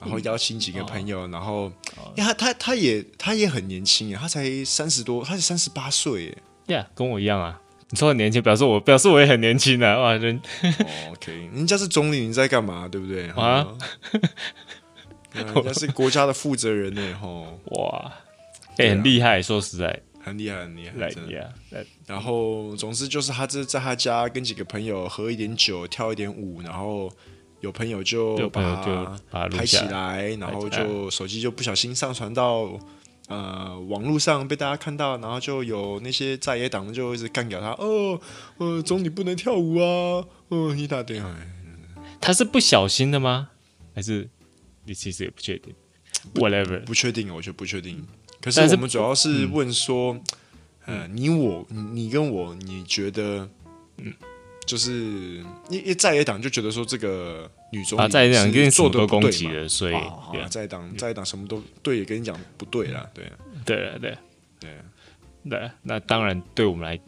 Speaker 1: 然
Speaker 2: 嗯
Speaker 1: 后邀请几个朋友，
Speaker 2: 哦
Speaker 1: 然后因为她她她也她也很年轻耶，她才三十多，她才三十八岁
Speaker 2: [laughs]
Speaker 1: 耶。
Speaker 2: 呀跟我一样啊。你说很年轻，表示我表示我也很年轻啊！哇，人
Speaker 1: 哦 OK，人家是总理，你在干嘛？对不对？哦
Speaker 2: 啊 [laughs]
Speaker 1: 对啊，人家是国家的负责人呢，吼，
Speaker 2: 哇，哎、
Speaker 1: 对啊
Speaker 2: 很厉害，说实在，
Speaker 1: 很厉害，很厉害，
Speaker 2: 来
Speaker 1: 真的。
Speaker 2: 呀，来
Speaker 1: 然后总之就是他这在他家跟几个朋友喝一点酒，跳一点舞，然后有朋友就
Speaker 2: 有朋友
Speaker 1: 把
Speaker 2: 就把它录
Speaker 1: 拍起
Speaker 2: 下来
Speaker 1: 来，然后
Speaker 2: 拍起来
Speaker 1: 就手机就不小心上传到呃网络上被大家看到，然后就有那些在野党的就一直干掉他，哦，呃，总理不能跳舞啊，哦，一大堆，哎
Speaker 2: 他是不小心的吗？还是你其实也不确定，whatever。
Speaker 1: 不确定，我觉得不确定。可是
Speaker 2: 嗯但是嗯
Speaker 1: 我们主要是问说，呃，你我你你跟我，你觉得，嗯，就是一一在野党就觉得说这个女总
Speaker 2: 啊，
Speaker 1: 理
Speaker 2: 在野党
Speaker 1: 是
Speaker 2: 跟你什
Speaker 1: 做
Speaker 2: 么
Speaker 1: 的
Speaker 2: 都
Speaker 1: 不
Speaker 2: 攻
Speaker 1: 对
Speaker 2: 击
Speaker 1: 嘛
Speaker 2: 了，所以
Speaker 1: 啊好
Speaker 2: 对
Speaker 1: 啊
Speaker 2: 啊
Speaker 1: 在野党在野党什么都对，也跟你讲不对啦，对啊
Speaker 2: 对啊对啊
Speaker 1: 对啊，
Speaker 2: 对啊，那当然对我们来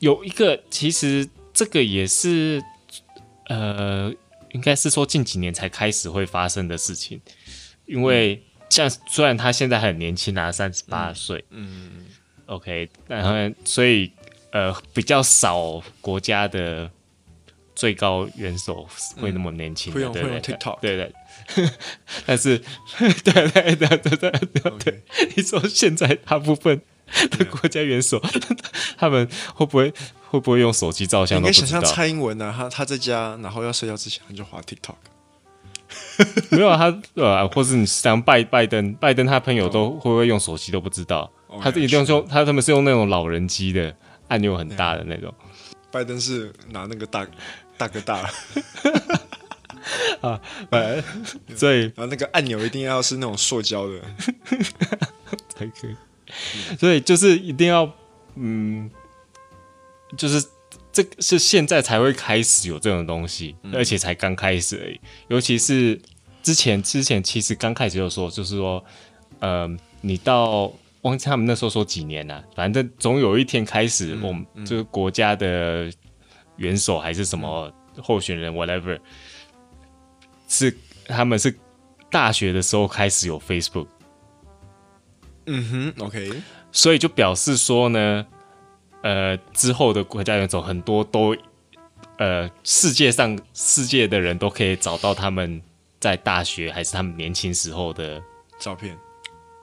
Speaker 2: 有一个，其实这个也是呃，应该是说近几年才开始会发生的事情，因为像虽然他现在很年轻啊，三十八岁，
Speaker 1: 嗯，
Speaker 2: OK，然后所以呃比较少国家的最高元首会那么年轻的、
Speaker 1: 会用
Speaker 2: 对
Speaker 1: 会用
Speaker 2: 对
Speaker 1: TikTok
Speaker 2: 对对。 [laughs] 但是， [laughs] 对对对对对对
Speaker 1: OK
Speaker 2: 对，你说现在大部分
Speaker 1: 啊
Speaker 2: 的国家元首， [laughs] 他们会不会会不会用手机照
Speaker 1: 你
Speaker 2: 相
Speaker 1: 应
Speaker 2: 都
Speaker 1: 该
Speaker 2: 不
Speaker 1: 想
Speaker 2: 知
Speaker 1: 象
Speaker 2: 道？
Speaker 1: 蔡英文呢、啊，她她在家，然后要睡觉之前，她就滑 TikTok，
Speaker 2: 没有啊他呃，或是你像拜拜登，拜登他朋友都会不会用手机都不知道，
Speaker 1: 哦原
Speaker 2: 他
Speaker 1: 来
Speaker 2: 一定用他他们是用那种老人机的按钮很大
Speaker 1: 啊
Speaker 2: 的那种。
Speaker 1: 拜登是拿那个大大哥
Speaker 2: [laughs]
Speaker 1: 大，
Speaker 2: 呃，所以
Speaker 1: 然后那个按钮一定要是那种塑胶的，
Speaker 2: 才可以。所以就是一定要，嗯，就是这个是现在才会开始有这种东西，而且才刚开始而已。尤其是之前之前其实刚开始就说，就是说，呃，你到忘记他们那时候说几年了、啊反正总有一天开始，我们就是国家的元首还是什么候选人 whatever，是他们是大学的时候开始有 Facebook。
Speaker 1: 嗯哼，OK，
Speaker 2: 所以就表示说呢，呃，之后的国家元首很多都，呃，世界上世界的人都可以找到他们在大学还是他们年轻时候的
Speaker 1: 照片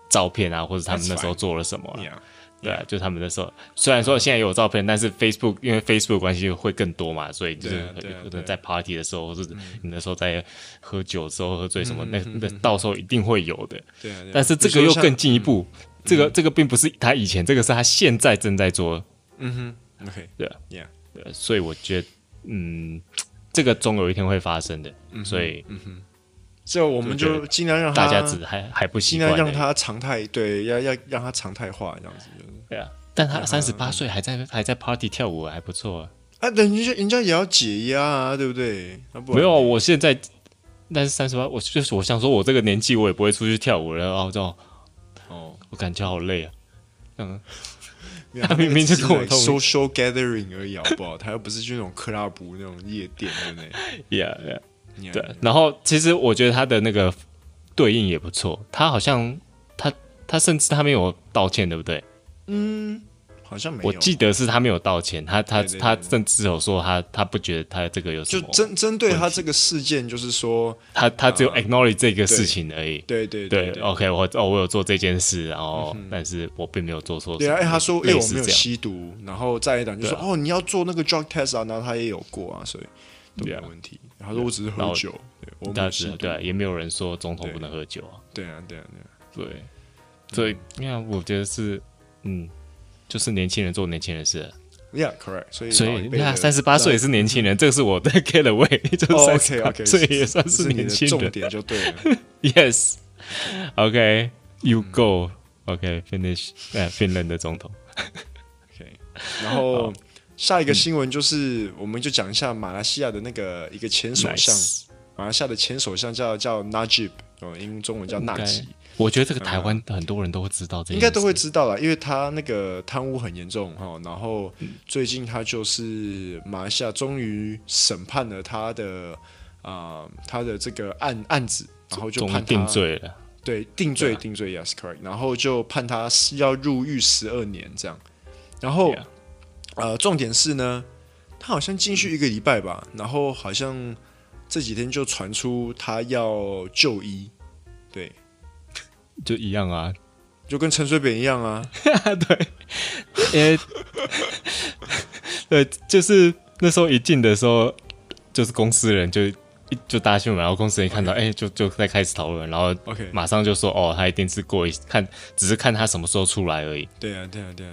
Speaker 2: 照片啊，或者他们
Speaker 1: That's
Speaker 2: 那时候做了什么啊、
Speaker 1: ，Yeah，
Speaker 2: 对啊，就他们那时候，虽然说现在也有照片，但是 Facebook 因为 Facebook 关系会更多嘛，所以就是
Speaker 1: 对啊对啊
Speaker 2: 可
Speaker 1: 对啊嗯
Speaker 2: 能在 party 的时候，或是你那时候在喝酒的时候喝醉什么，那那到时候一定会有的。
Speaker 1: 对啊，对啊
Speaker 2: 但是这个又更进一步，这个
Speaker 1: 嗯
Speaker 2: 这个并不是他以前，这个是他现在正在做，
Speaker 1: 嗯哼，OK，
Speaker 2: 对啊
Speaker 1: ，Yeah，
Speaker 2: 呃所以我觉得，嗯，这个总有一天会发生的，
Speaker 1: 嗯
Speaker 2: 所以
Speaker 1: 这我们
Speaker 2: 就觉
Speaker 1: 就
Speaker 2: 得
Speaker 1: 尽量让他
Speaker 2: 大家只还还不习
Speaker 1: 尽
Speaker 2: 惯而
Speaker 1: 量
Speaker 2: 已，
Speaker 1: 让他常态，对，要要让他常态化这样子。就是
Speaker 2: 对啊，但他三十
Speaker 1: 嗯
Speaker 2: 八岁还在还在 party 跳舞，还不错啊。
Speaker 1: 啊，等人家人家也要解压啊，对不对？啊、不然
Speaker 2: 没有，我现在但是三十八，我就是我想说，我这个年纪我也不会出去跳舞了，然后就
Speaker 1: 哦，
Speaker 2: 我感觉好累啊。嗯，
Speaker 1: 没有
Speaker 2: 他明明就跟我
Speaker 1: 那个只
Speaker 2: 同一
Speaker 1: 是 social gathering 而已，好不好？他又不是去那种 club 那种夜店，对不对
Speaker 2: yeah, yeah.？
Speaker 1: 你
Speaker 2: 对，然后其实我觉得他的那个对应也不错，他好像他他甚至他没有道歉，对不对？
Speaker 1: 好像没有，
Speaker 2: 我记得是他没有道歉，他他
Speaker 1: 对对对
Speaker 2: 他甚至有说他他不觉得他这个有
Speaker 1: 就
Speaker 2: 什么，
Speaker 1: 针针对他这个事件，就是说，
Speaker 2: 他他只有
Speaker 1: 啊
Speaker 2: acknowledge 这个事情而已。
Speaker 1: 对对
Speaker 2: 对
Speaker 1: 对嗯
Speaker 2: o k 我哦，我有做这件事，然后、但是我并没有做错什
Speaker 1: 对
Speaker 2: 么。
Speaker 1: 啊，哎，他说，因为
Speaker 2: 类
Speaker 1: 我
Speaker 2: 似
Speaker 1: 没有
Speaker 2: 这样啊
Speaker 1: 吸毒，然后再一档就说，哦，你要做那个 drug test 啊，然后他也有过啊，所以都没
Speaker 2: Yeah
Speaker 1: 问题。他说我只是
Speaker 2: 然
Speaker 1: 喝
Speaker 2: 后
Speaker 1: 酒，对我没
Speaker 2: 但
Speaker 1: 有吸
Speaker 2: 是
Speaker 1: 毒，
Speaker 2: 对啊，也没有人说总统不能喝酒啊。
Speaker 1: 对啊，对啊，对啊。嗯
Speaker 2: 对，所以你看，我觉得是，嗯，就是年轻人做年轻人的事。啊
Speaker 1: Yeah, correct. 啊所以
Speaker 2: 所
Speaker 1: 老一
Speaker 2: 以
Speaker 1: 辈
Speaker 2: 你看，
Speaker 1: 的嗯
Speaker 2: 三十八岁也是年轻人，这个是我的 [laughs] get away，就
Speaker 1: 哦
Speaker 2: 是三
Speaker 1: ，OK
Speaker 2: 十八
Speaker 1: OK，
Speaker 2: 岁也算
Speaker 1: 是
Speaker 2: 年轻
Speaker 1: 你的重
Speaker 2: 人。
Speaker 1: 点就对了。
Speaker 2: [laughs] Yes，OK，You、go，OK，finish，、呃，Finland 的总统
Speaker 1: OK，然后下一
Speaker 2: 嗯
Speaker 1: 个新闻就是，我们就讲一下马来西亚的那个一个前首相，
Speaker 2: ，nice。
Speaker 1: 马来西亚的前首相叫叫 Najib，哦，英中文叫纳吉，
Speaker 2: 我觉得这个台湾很多人都会知道这件事，
Speaker 1: 应该都会知道啦，因为他那个贪污很严重哈、哦，然后最近他就是马来西亚终于审判了他的啊、呃他的这个案案子，然后就
Speaker 2: 终于
Speaker 1: 判他
Speaker 2: 定罪了。
Speaker 1: 对，定罪、
Speaker 2: 对啊
Speaker 1: 定罪，yes correct，然后就判他是要入狱十二年这样。然后
Speaker 2: Yeah
Speaker 1: 呃，重点是呢，他好像进去一个礼拜吧，然后好像这几天就传出他要就医，对，
Speaker 2: 就一样啊， [laughs]
Speaker 1: 就跟陈水扁一样啊，
Speaker 2: 呃，对，就是那时候一进的时候，就是公司人就一就大新闻，然后公司人看到，哎、就就在开始讨论，然后 [laughs]
Speaker 1: OK
Speaker 2: 马上就说，哦，他一定是过一看，只是看他什么时候出来而已。
Speaker 1: 对啊，对啊，对啊，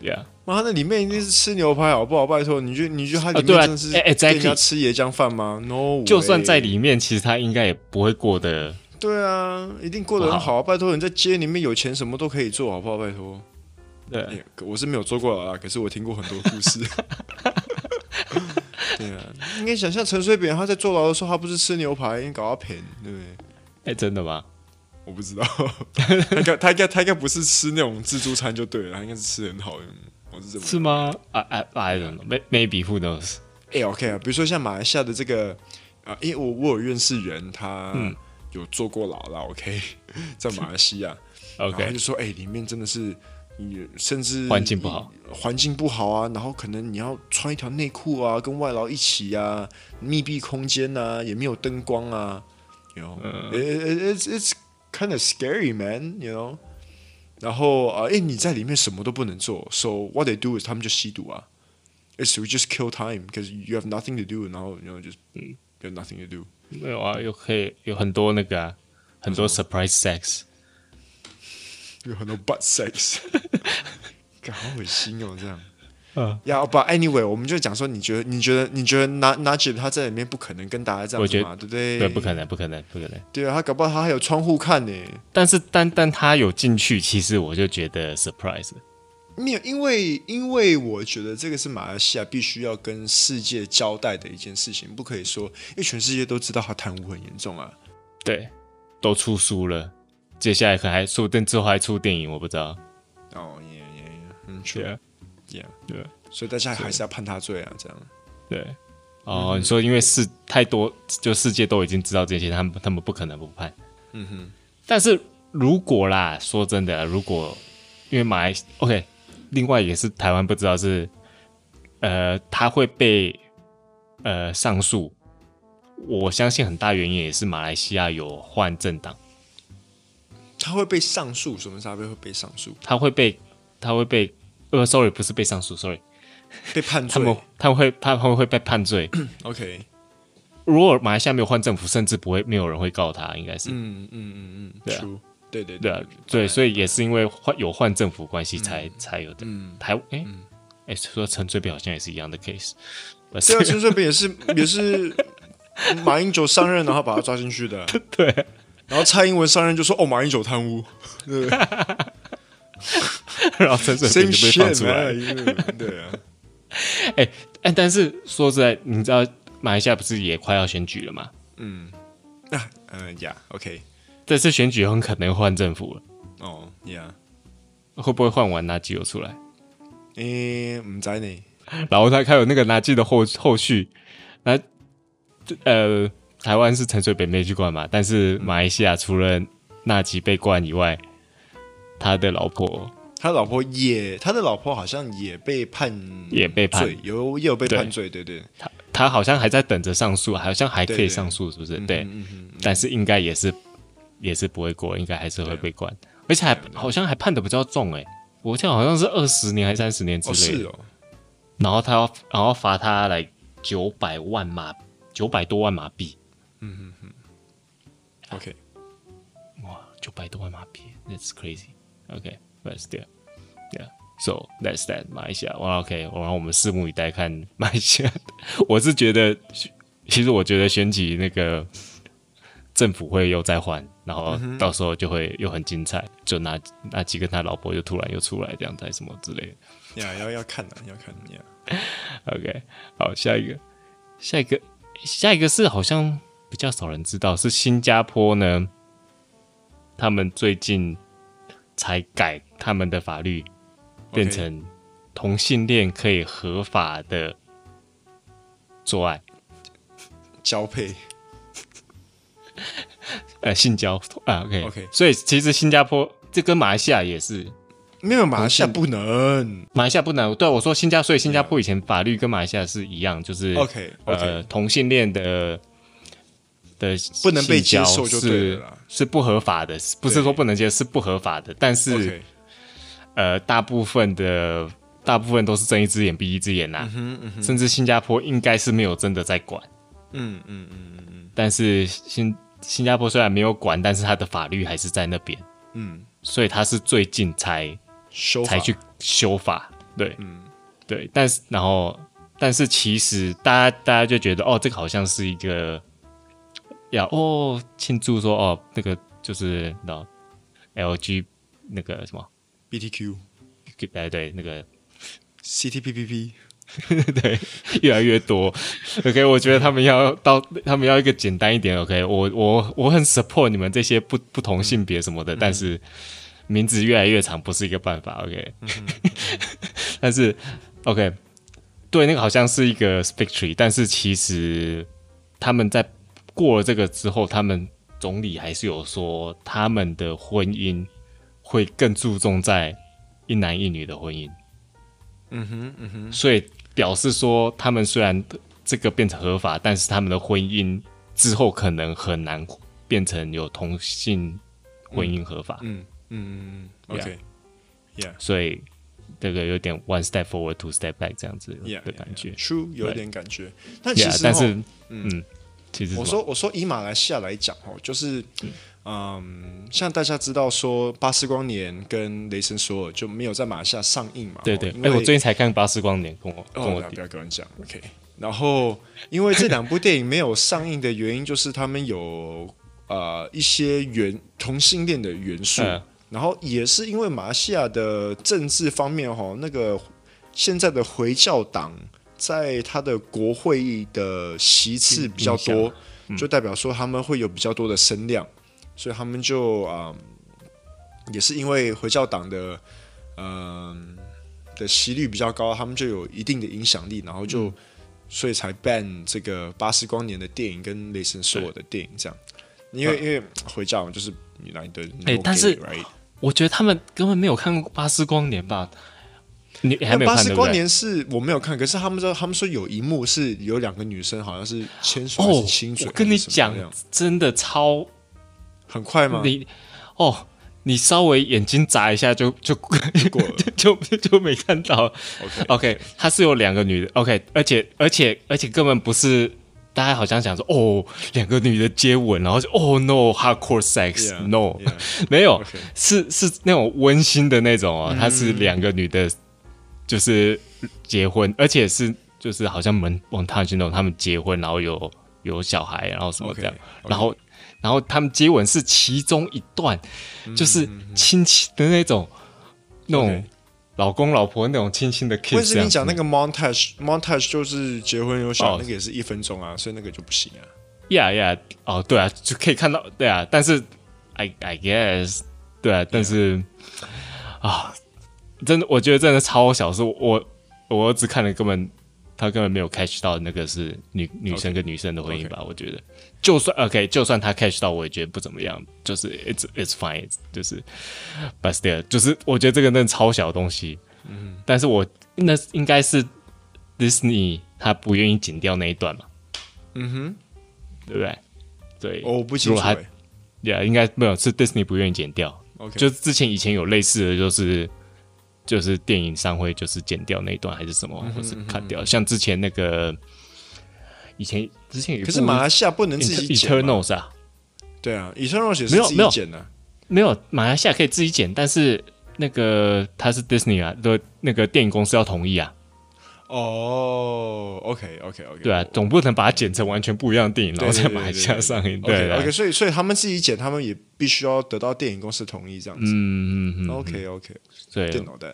Speaker 1: 对啊，
Speaker 2: ，Yeah，
Speaker 1: 妈，那里面一定是吃牛排好不好？拜托，你觉得你觉得它里
Speaker 2: 哦对
Speaker 1: 面
Speaker 2: 啊
Speaker 1: 真的是
Speaker 2: 哎哎
Speaker 1: 跟人家
Speaker 2: exactly
Speaker 1: 吃椰浆饭吗？No，way
Speaker 2: 就算在里面，其实他应该也不会过得
Speaker 1: 对啊，一定过得很好啊！拜托，你在街里面有钱什么都可以做，好不好？拜托，
Speaker 2: 对啊。
Speaker 1: 哎我是没有做过啦，可是我听过很多故事。 [laughs] 对啊，你可以想象陈水扁他在坐牢的时候，他不是吃牛排，搞到扁，对不对？
Speaker 2: 哎、真的吗？
Speaker 1: 我不
Speaker 2: [laughs]
Speaker 1: 知道，他应该他应该他应该不是吃那种自助餐就对了，他应该是吃得很好的。嗯我是这么
Speaker 2: 是吗？I I I don't know. May- Maybe who knows？
Speaker 1: 哎、o k 啊，比如说像马来西亚的这个，啊，因为我我有认识人，他有坐过牢了，OK，在马来西亚然后他
Speaker 2: OK，
Speaker 1: 就说，哎、里面真的是，你甚至
Speaker 2: 环境不好，
Speaker 1: 环境不好啊，然后可能你要穿一条内裤啊，跟外劳一起啊，密闭空间啊，也没有灯光啊，you know，、it,
Speaker 2: 嗯
Speaker 1: it's it's kind of scary man，you know，然后啊，哎、你在里面什么都不能做，so what they do is 他们就吸毒啊。It's we just kill time because you have nothing to do，然后 you know just
Speaker 2: 嗯
Speaker 1: you have nothing to do。
Speaker 2: 没有啊，又可以有很多那个、啊，很多 surprise sex。
Speaker 1: 有很多 butt [laughs] sex，感好恶心哦，这样。
Speaker 2: 嗯，
Speaker 1: 要不 anyway，我们就讲说，你觉得你觉得你觉得拿拿姐他在里面不可能跟大家这样
Speaker 2: 我
Speaker 1: 子
Speaker 2: 觉
Speaker 1: 嘛，对不对？
Speaker 2: 对，不可能，不可能，不可能。
Speaker 1: 对啊，他搞不好他还有窗户看呢。
Speaker 2: 但是单单他有进去，其实我就觉得 surprise 了。
Speaker 1: 没有，因为因为我觉得这个是马来西亚必须要跟世界交代的一件事情，不可以说，因为全世界都知道他贪污很严重啊。
Speaker 2: 对，都出书了，接下来可能还说不定之后还出电影，我不知道。
Speaker 1: 哦耶耶耶，嗯，
Speaker 2: 对啊，
Speaker 1: y e a
Speaker 2: 对啊
Speaker 1: 所以大家还是要判他罪啊，这样。
Speaker 2: 对。哦，你说因为世太多，就世界都已经知道这些，他们他们不可能不判。
Speaker 1: 嗯哼，
Speaker 2: 但是如果啦，说真的，如果因为马来 OK，另外也是台湾不知道是，呃，他会被呃上诉，我相信很大原因也是马来西亚有换政党，
Speaker 1: 他会被上诉，什么时候会被上诉？
Speaker 2: 他会被他会被呃，sorry，不是被上诉，sorry，
Speaker 1: 被判
Speaker 2: 他们
Speaker 1: 罪
Speaker 2: 他们会他们会被判罪。
Speaker 1: ？OK，
Speaker 2: 如果马来西亚没有换政府，甚至不会没有人会告他，应该是、
Speaker 1: 嗯嗯嗯嗯，
Speaker 2: 对啊
Speaker 1: true，对对
Speaker 2: 对啊，对，所以也是因为换有换政府关系才、才有的。
Speaker 1: 嗯
Speaker 2: 台哎哎、说陈水扁好像也是一样的
Speaker 1: [laughs]
Speaker 2: case，不
Speaker 1: 对
Speaker 2: 是
Speaker 1: 啊，陈水扁也是也是马英九上任，然后把他抓进去的。
Speaker 2: [laughs] 对啊
Speaker 1: 然后蔡英文上任就说：“哦，马英九贪污。
Speaker 2: [laughs] 然后陈水扁
Speaker 1: ”Same
Speaker 2: 就被放
Speaker 1: shit，
Speaker 2: 出来了。 [laughs]
Speaker 1: man，对啊，
Speaker 2: 哎哎，但是说实在，你知道马来西亚不是也快要选举了吗？
Speaker 1: 嗯，那嗯呀，OK，
Speaker 2: 这次选举很可能换政府了，
Speaker 1: 哦呀，
Speaker 2: 会不会换完纳吉有出来？
Speaker 1: 诶，唔知呢，
Speaker 2: 然后他还有那个纳吉的后后续，那呃，台湾是陈水扁被去关嘛，但
Speaker 1: 嗯
Speaker 2: 是马来西亚除了纳吉被关以外，他的老婆
Speaker 1: 他老婆也，他的老婆好像也被判
Speaker 2: 也被判
Speaker 1: 罪，有也有被
Speaker 2: 对
Speaker 1: 判罪，对对，
Speaker 2: 他他好像还在等着上诉，好像还可
Speaker 1: 对对
Speaker 2: 以上诉，是不是？对，
Speaker 1: 嗯嗯
Speaker 2: 但是应该也是也是不会过，应该还是会被关，而且还好像还判的比较重哎、我记得好像是二十年还是三十年之
Speaker 1: 哦
Speaker 2: 类
Speaker 1: 是
Speaker 2: 的，
Speaker 1: 哦，
Speaker 2: 然后他要然后罚他来九百万马九百多万马币，
Speaker 1: OK，
Speaker 2: 哇，九百多万马币，That's crazy。OK，that's、there。Yeah。So that's that，马来西亚。哇，OK，然后我们拭目以待看马来西亚。我是觉得，其实我觉得选举那个政府会又再换，然后到时候就会又很精彩。就拿拿吉跟他老婆就突然又出来这样子，还是什么之类的。
Speaker 1: 呀，要要看的，要看呀，
Speaker 2: OK，好，下一个，下一个，下一个是好像比较少人知道，是新加坡呢，他们最近才改他们的法律，变
Speaker 1: OK
Speaker 2: 成同性恋可以合法的做爱，
Speaker 1: 交配。
Speaker 2: 呃，性交啊，OK
Speaker 1: OK
Speaker 2: 所以其实新加坡这跟马来西亚也是，
Speaker 1: 没有马来西亚不能。
Speaker 2: 马来西亚不能对我说新加，所以新加
Speaker 1: 嗯
Speaker 2: 坡以前法律跟马来西亚是一样，就是。
Speaker 1: OK OK，
Speaker 2: 呃同性恋的的
Speaker 1: 不能被
Speaker 2: 性交
Speaker 1: 接受就是对了啦
Speaker 2: 是不合法的，是不是
Speaker 1: 对
Speaker 2: 说不能接受是不合法的，但是
Speaker 1: OK，
Speaker 2: 呃大部分的大部分都是睁一只眼闭一只眼呐、甚至新加坡应该是没有真的在管，
Speaker 1: 嗯嗯嗯嗯嗯
Speaker 2: 但是新新加坡虽然没有管，但是它的法律还是在那边，
Speaker 1: 嗯，
Speaker 2: 所以它是最近才
Speaker 1: 修法
Speaker 2: 才去修法，对
Speaker 1: 嗯，
Speaker 2: 对，但是然后但是其实大家大家就觉得哦，这个好像是一个要哦庆祝说哦那个就是那 LG 那个什么
Speaker 1: BTQ、
Speaker 2: 哎对那个
Speaker 1: CTPPP，
Speaker 2: 对， [laughs] 越来越多。OK，我觉得他们要到，他们要一个简单一点。OK，我我我很 support 你们这些不不同性别什么的，但是名字越来越长不是一个办法。OK，、但是 OK，对，那个好像是一个 speak tree，但是其实他们在过了这个之后，他们总理还是有说他们的婚姻会更注重在一男一女的婚姻。
Speaker 1: 嗯哼，嗯哼，
Speaker 2: 所以表示说，他们虽然这个变成合法，但是他们的婚姻之后可能很难变成有同性婚姻合法，
Speaker 1: 嗯嗯
Speaker 2: 对啊
Speaker 1: ，OK，
Speaker 2: 所以这个有点 one step forward, two step back 这样子的感觉。
Speaker 1: ，Yeah，True，有
Speaker 2: 对
Speaker 1: 点感觉，但其
Speaker 2: Yeah，
Speaker 1: 实
Speaker 2: 但
Speaker 1: 吼
Speaker 2: 是嗯，其实
Speaker 1: 我说我说以马来西亚来讲哦，就是嗯，像大家知道说《巴斯光年》跟《雷神索尔》就没有在马来西亚上映嘛，
Speaker 2: 对对，
Speaker 1: 哦因
Speaker 2: 哎，
Speaker 1: 为
Speaker 2: 我最近才看《巴斯光年》，跟我跟
Speaker 1: 哦
Speaker 2: 我，
Speaker 1: 不要跟我讲，OK。然后因为这两部电影没有上映的原因，就是他们有呃一些元同性恋的元素，
Speaker 2: 嗯
Speaker 1: 然后也是因为马来西亚的政治方面哈，那个现在的回教党在他的国会议的席次比较
Speaker 2: 影
Speaker 1: 多
Speaker 2: 响，嗯
Speaker 1: 就代表说他们会有比较多的声量，所以他们就啊、呃也是因为回教党的嗯、的息率比较高，他们就有一定的影响力，然后
Speaker 2: 嗯
Speaker 1: 就、所以才 ban 这个《巴斯光年》的电影跟《雷神索尔》的电影这样，因为、因为回教就是你来的，
Speaker 2: 嗯哎但是
Speaker 1: right?
Speaker 2: 我觉得他们根本没有看过《巴斯光年》吧？你哎你还
Speaker 1: 那
Speaker 2: 没有
Speaker 1: 巴斯
Speaker 2: 看对不
Speaker 1: 光
Speaker 2: 对？
Speaker 1: 年是我没有看，可是他们说他们说有一幕是有两个女生好像是牵手还
Speaker 2: 哦
Speaker 1: 是亲，嘴，
Speaker 2: 我跟你
Speaker 1: 还是什么
Speaker 2: 讲
Speaker 1: 样，
Speaker 2: 真的超
Speaker 1: 很快吗？
Speaker 2: 你哦，你稍微眼睛眨一下就就 [laughs]
Speaker 1: 过了
Speaker 2: 就就没看到。
Speaker 1: ，OK，
Speaker 2: OK，她是有两个女的。OK，而且而且而且根本不是，大家好像想说哦，两个女的接吻，然后就哦 no，hardcore
Speaker 1: Yeah,
Speaker 2: sex，no， [laughs]
Speaker 1: yeah,
Speaker 2: 没有
Speaker 1: OK，嗯
Speaker 2: 是是那种温馨的那种哦，她是两个女的，就是结婚，而且是就是好像蒙蒙塔那种，他们结婚，然后有有小孩，然后什么哦这样
Speaker 1: OK，OK
Speaker 2: 然后然后他们接吻是其中一段，
Speaker 1: 嗯
Speaker 2: 就是亲亲的那种，那种
Speaker 1: OK
Speaker 2: 老公老婆那种亲亲的 kiss
Speaker 1: 温斯
Speaker 2: 这
Speaker 1: 汀
Speaker 2: 样
Speaker 1: 讲那
Speaker 2: 子
Speaker 1: 个 montage，montage 就是结婚有小，
Speaker 2: 哦
Speaker 1: 那个也是一分钟啊，所以那个就不行啊。
Speaker 2: 呀呀，哦，对啊，就可以看到，对啊，但是 I I guess，对啊，但是啊，真的，我觉得真的超小是我我只看了根本他根本没有 catch 到那个是女女生跟女生的婚姻吧我觉得就算 OK，就算他 catch 到，我也觉得不怎么样，就是 it's it's fine，it's- 就是 but still，就是我觉得这个真的超小的东西，嗯，但是我那应该是 Disney 他不愿意剪掉那一段嘛，
Speaker 1: 嗯哼，
Speaker 2: 对不对？对，
Speaker 1: 哦我不
Speaker 2: 如
Speaker 1: 清楚
Speaker 2: 果他
Speaker 1: 欸。
Speaker 2: 呀应该没有，是 Disney 不愿意剪掉。
Speaker 1: OK，
Speaker 2: 就之前以前有类似的，就是就是电影商会就是剪掉那一段还是什么，
Speaker 1: 嗯
Speaker 2: 或是 cut 掉。像之前那个以前之前有一
Speaker 1: 可是
Speaker 2: 部
Speaker 1: 马来西亚不能自己
Speaker 2: Inter-
Speaker 1: 剪嘛，
Speaker 2: Eternals 啊，
Speaker 1: 对啊，Eternals 也是
Speaker 2: 没有
Speaker 1: 自
Speaker 2: 没
Speaker 1: 己
Speaker 2: 有
Speaker 1: 剪的，
Speaker 2: 没有马来西亚可以自己剪，但是那个它是 Disney 啊的那个电影公司要同意啊，
Speaker 1: 哦，OK，OK，OK，
Speaker 2: 对啊，总不能把它剪成完全不一样的电影，然后在马来西亚上映，对啊
Speaker 1: OK，所以所以他们自己剪，他们也必须要得到电影公司同意这样子。
Speaker 2: 嗯嗯嗯，
Speaker 1: OK，OK，
Speaker 2: 对，
Speaker 1: 电脑蛋。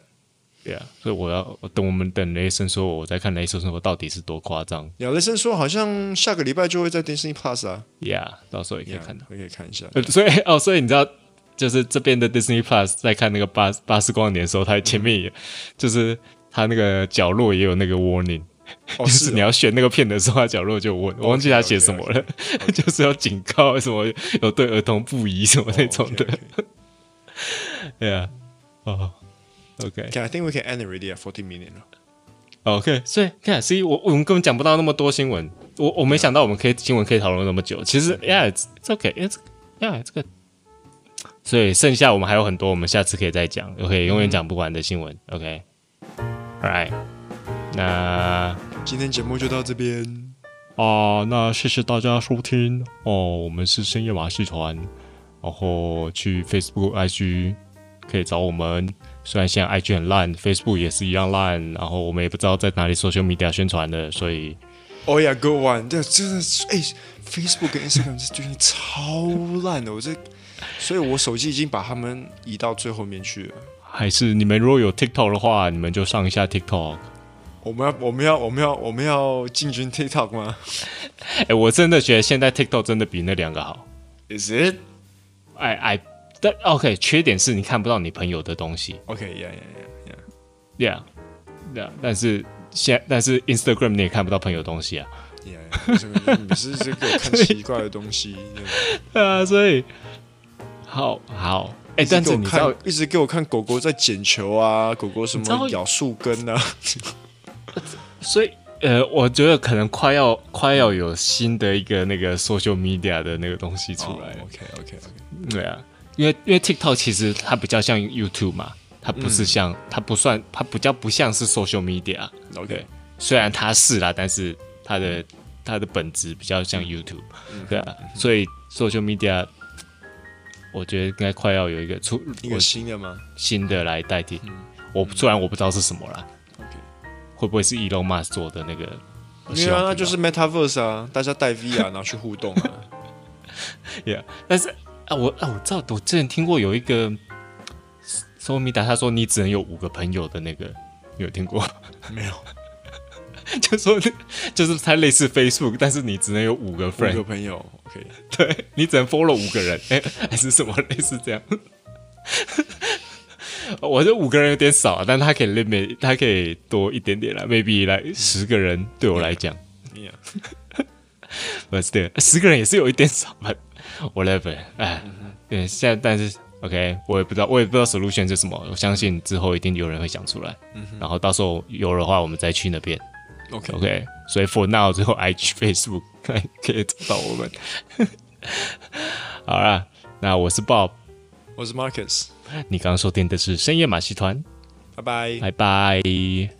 Speaker 2: 对啊，所以我要我等我们等雷神说，我再看雷神说到底是多夸张。
Speaker 1: 鸟雷声说，好像下个礼拜就会在 Disney Plus 啊，
Speaker 2: Yeah，到时候也可以
Speaker 1: 也
Speaker 2: 看到。
Speaker 1: 可以看一下。
Speaker 2: 呃，所以哦，所以你知道，就是这边的 Disney Plus 在看那个巴巴斯光年的时候，它前面也就是它那个角落也有那个 warning，、
Speaker 1: 哦，
Speaker 2: 就是是你
Speaker 1: 哦
Speaker 2: 要选那个片的时候，它角落就有 warning，我忘记它写什么了 [laughs] 就是要警告什么有对儿童不宜
Speaker 1: 哦
Speaker 2: 什么那种的。
Speaker 1: OK，OK
Speaker 2: Yeah，哦、o k
Speaker 1: Okay, I think we can end it already at forty minutes 了。
Speaker 2: OK，所以看，所以我我们根本讲不到那么多新闻，我我没想到我们可以新闻可以讨论那么久。其实，Yeah，it's it's OK，it's Yeah，这个，所以剩下我们还有很多，我们下次可以再讲。OK，永远讲不完的新闻。OK，Right，、那
Speaker 1: 今天节目就到这边，
Speaker 2: 啊，那谢谢大家收听哦。我们是深夜马戏团，然后去 Facebook、IG 可以找我们。虽然现在 IG 很烂，Facebook 也是一样烂，然后我们也不知道在哪里 social media 宣传的，所以
Speaker 1: Oh yeah, good one！对，真的是，哎、f a c e b o o k 跟 Instagram 这最近超烂的，我这，所以我手机已经把它们移到最后面去了。
Speaker 2: 还是你们如果有 TikTok 的话，你们就上一下 TikTok。
Speaker 1: 我们要，我们要，我们要，我们要进军 TikTok 吗
Speaker 2: 哎、我真的觉得现在 TikTok 真的比那两个好。
Speaker 1: ？Is it
Speaker 2: 哎哎，但 OK，缺点是你看不到你朋友的东西
Speaker 1: OK? Yeah, yeah, yeah, yeah.
Speaker 2: ，Yeah，yeah, 但是现但是 Instagram 你也看不到朋友的东西啊。
Speaker 1: Yeah, 这个你是这个看奇怪的东西，对
Speaker 2: [laughs] 对啊，所以好好哎、
Speaker 1: 一直
Speaker 2: 但
Speaker 1: 给
Speaker 2: 是
Speaker 1: 我
Speaker 2: 你知道
Speaker 1: 看，一直给我看狗狗在捡球啊，狗狗什
Speaker 2: 你知道哦
Speaker 1: 么咬树根啊，
Speaker 2: 所以呃，我觉得可能快要快要有新的一个那个 social media 的那个东西出来了。
Speaker 1: OK, OK, OK.
Speaker 2: 对啊，因为因为 TikTok 其实它比较像 YouTube 嘛，它不
Speaker 1: 嗯
Speaker 2: 是像、它不算它比较不像是 social media，
Speaker 1: OK，
Speaker 2: 虽然它是啦，但是它的它的本质比较
Speaker 1: 嗯
Speaker 2: 像 YouTube，、对啊，所以 social media 我觉得应该快要有一个出
Speaker 1: 一
Speaker 2: 我
Speaker 1: 个新的吗
Speaker 2: 新的来代替。我虽然我不知道是什么啦，
Speaker 1: 嗯？OK，
Speaker 2: 会不会是 Elon Musk 做的那个？我
Speaker 1: 没
Speaker 2: 希
Speaker 1: 有啊，
Speaker 2: 望
Speaker 1: 那
Speaker 2: 不
Speaker 1: 就是 Metaverse 啊，大家带 VR 拿去互动啊。
Speaker 2: [laughs] Yeah，但是啊，我啊，我知道，我之前听过有一个索米达，他说你只能有五个朋友的那个，你有听过？ [laughs]
Speaker 1: 没有
Speaker 2: 就说就是它类似 Facebook，但是你只能有五个
Speaker 1: 五个
Speaker 2: friend， [laughs]
Speaker 1: 朋友，OK，
Speaker 2: 对你只能 follow 五个人， [laughs] 哎、还是什么类似这样。 [laughs] 我这五个人有点少啊，但他可以 limit，他可以多一点点啦，maybe 来十个人对我来讲，
Speaker 1: 你啊，
Speaker 2: 不是对，十个人也是有一点少吧，whatever，哎，对，现在但是 OK，我也不知道，我也不知道 solution 是什么，我相信之后一定有人会想出来，然后到时候有的话，我们再去那边
Speaker 1: OK
Speaker 2: ，OK，所以 for now 最后 IG、Facebook [laughs] 看可以找到我们， [laughs] 好啦，那我是 Bob，
Speaker 1: 我是 Marcus，
Speaker 2: 你刚刚收听的是深夜马戏团，
Speaker 1: 拜拜。
Speaker 2: 拜拜。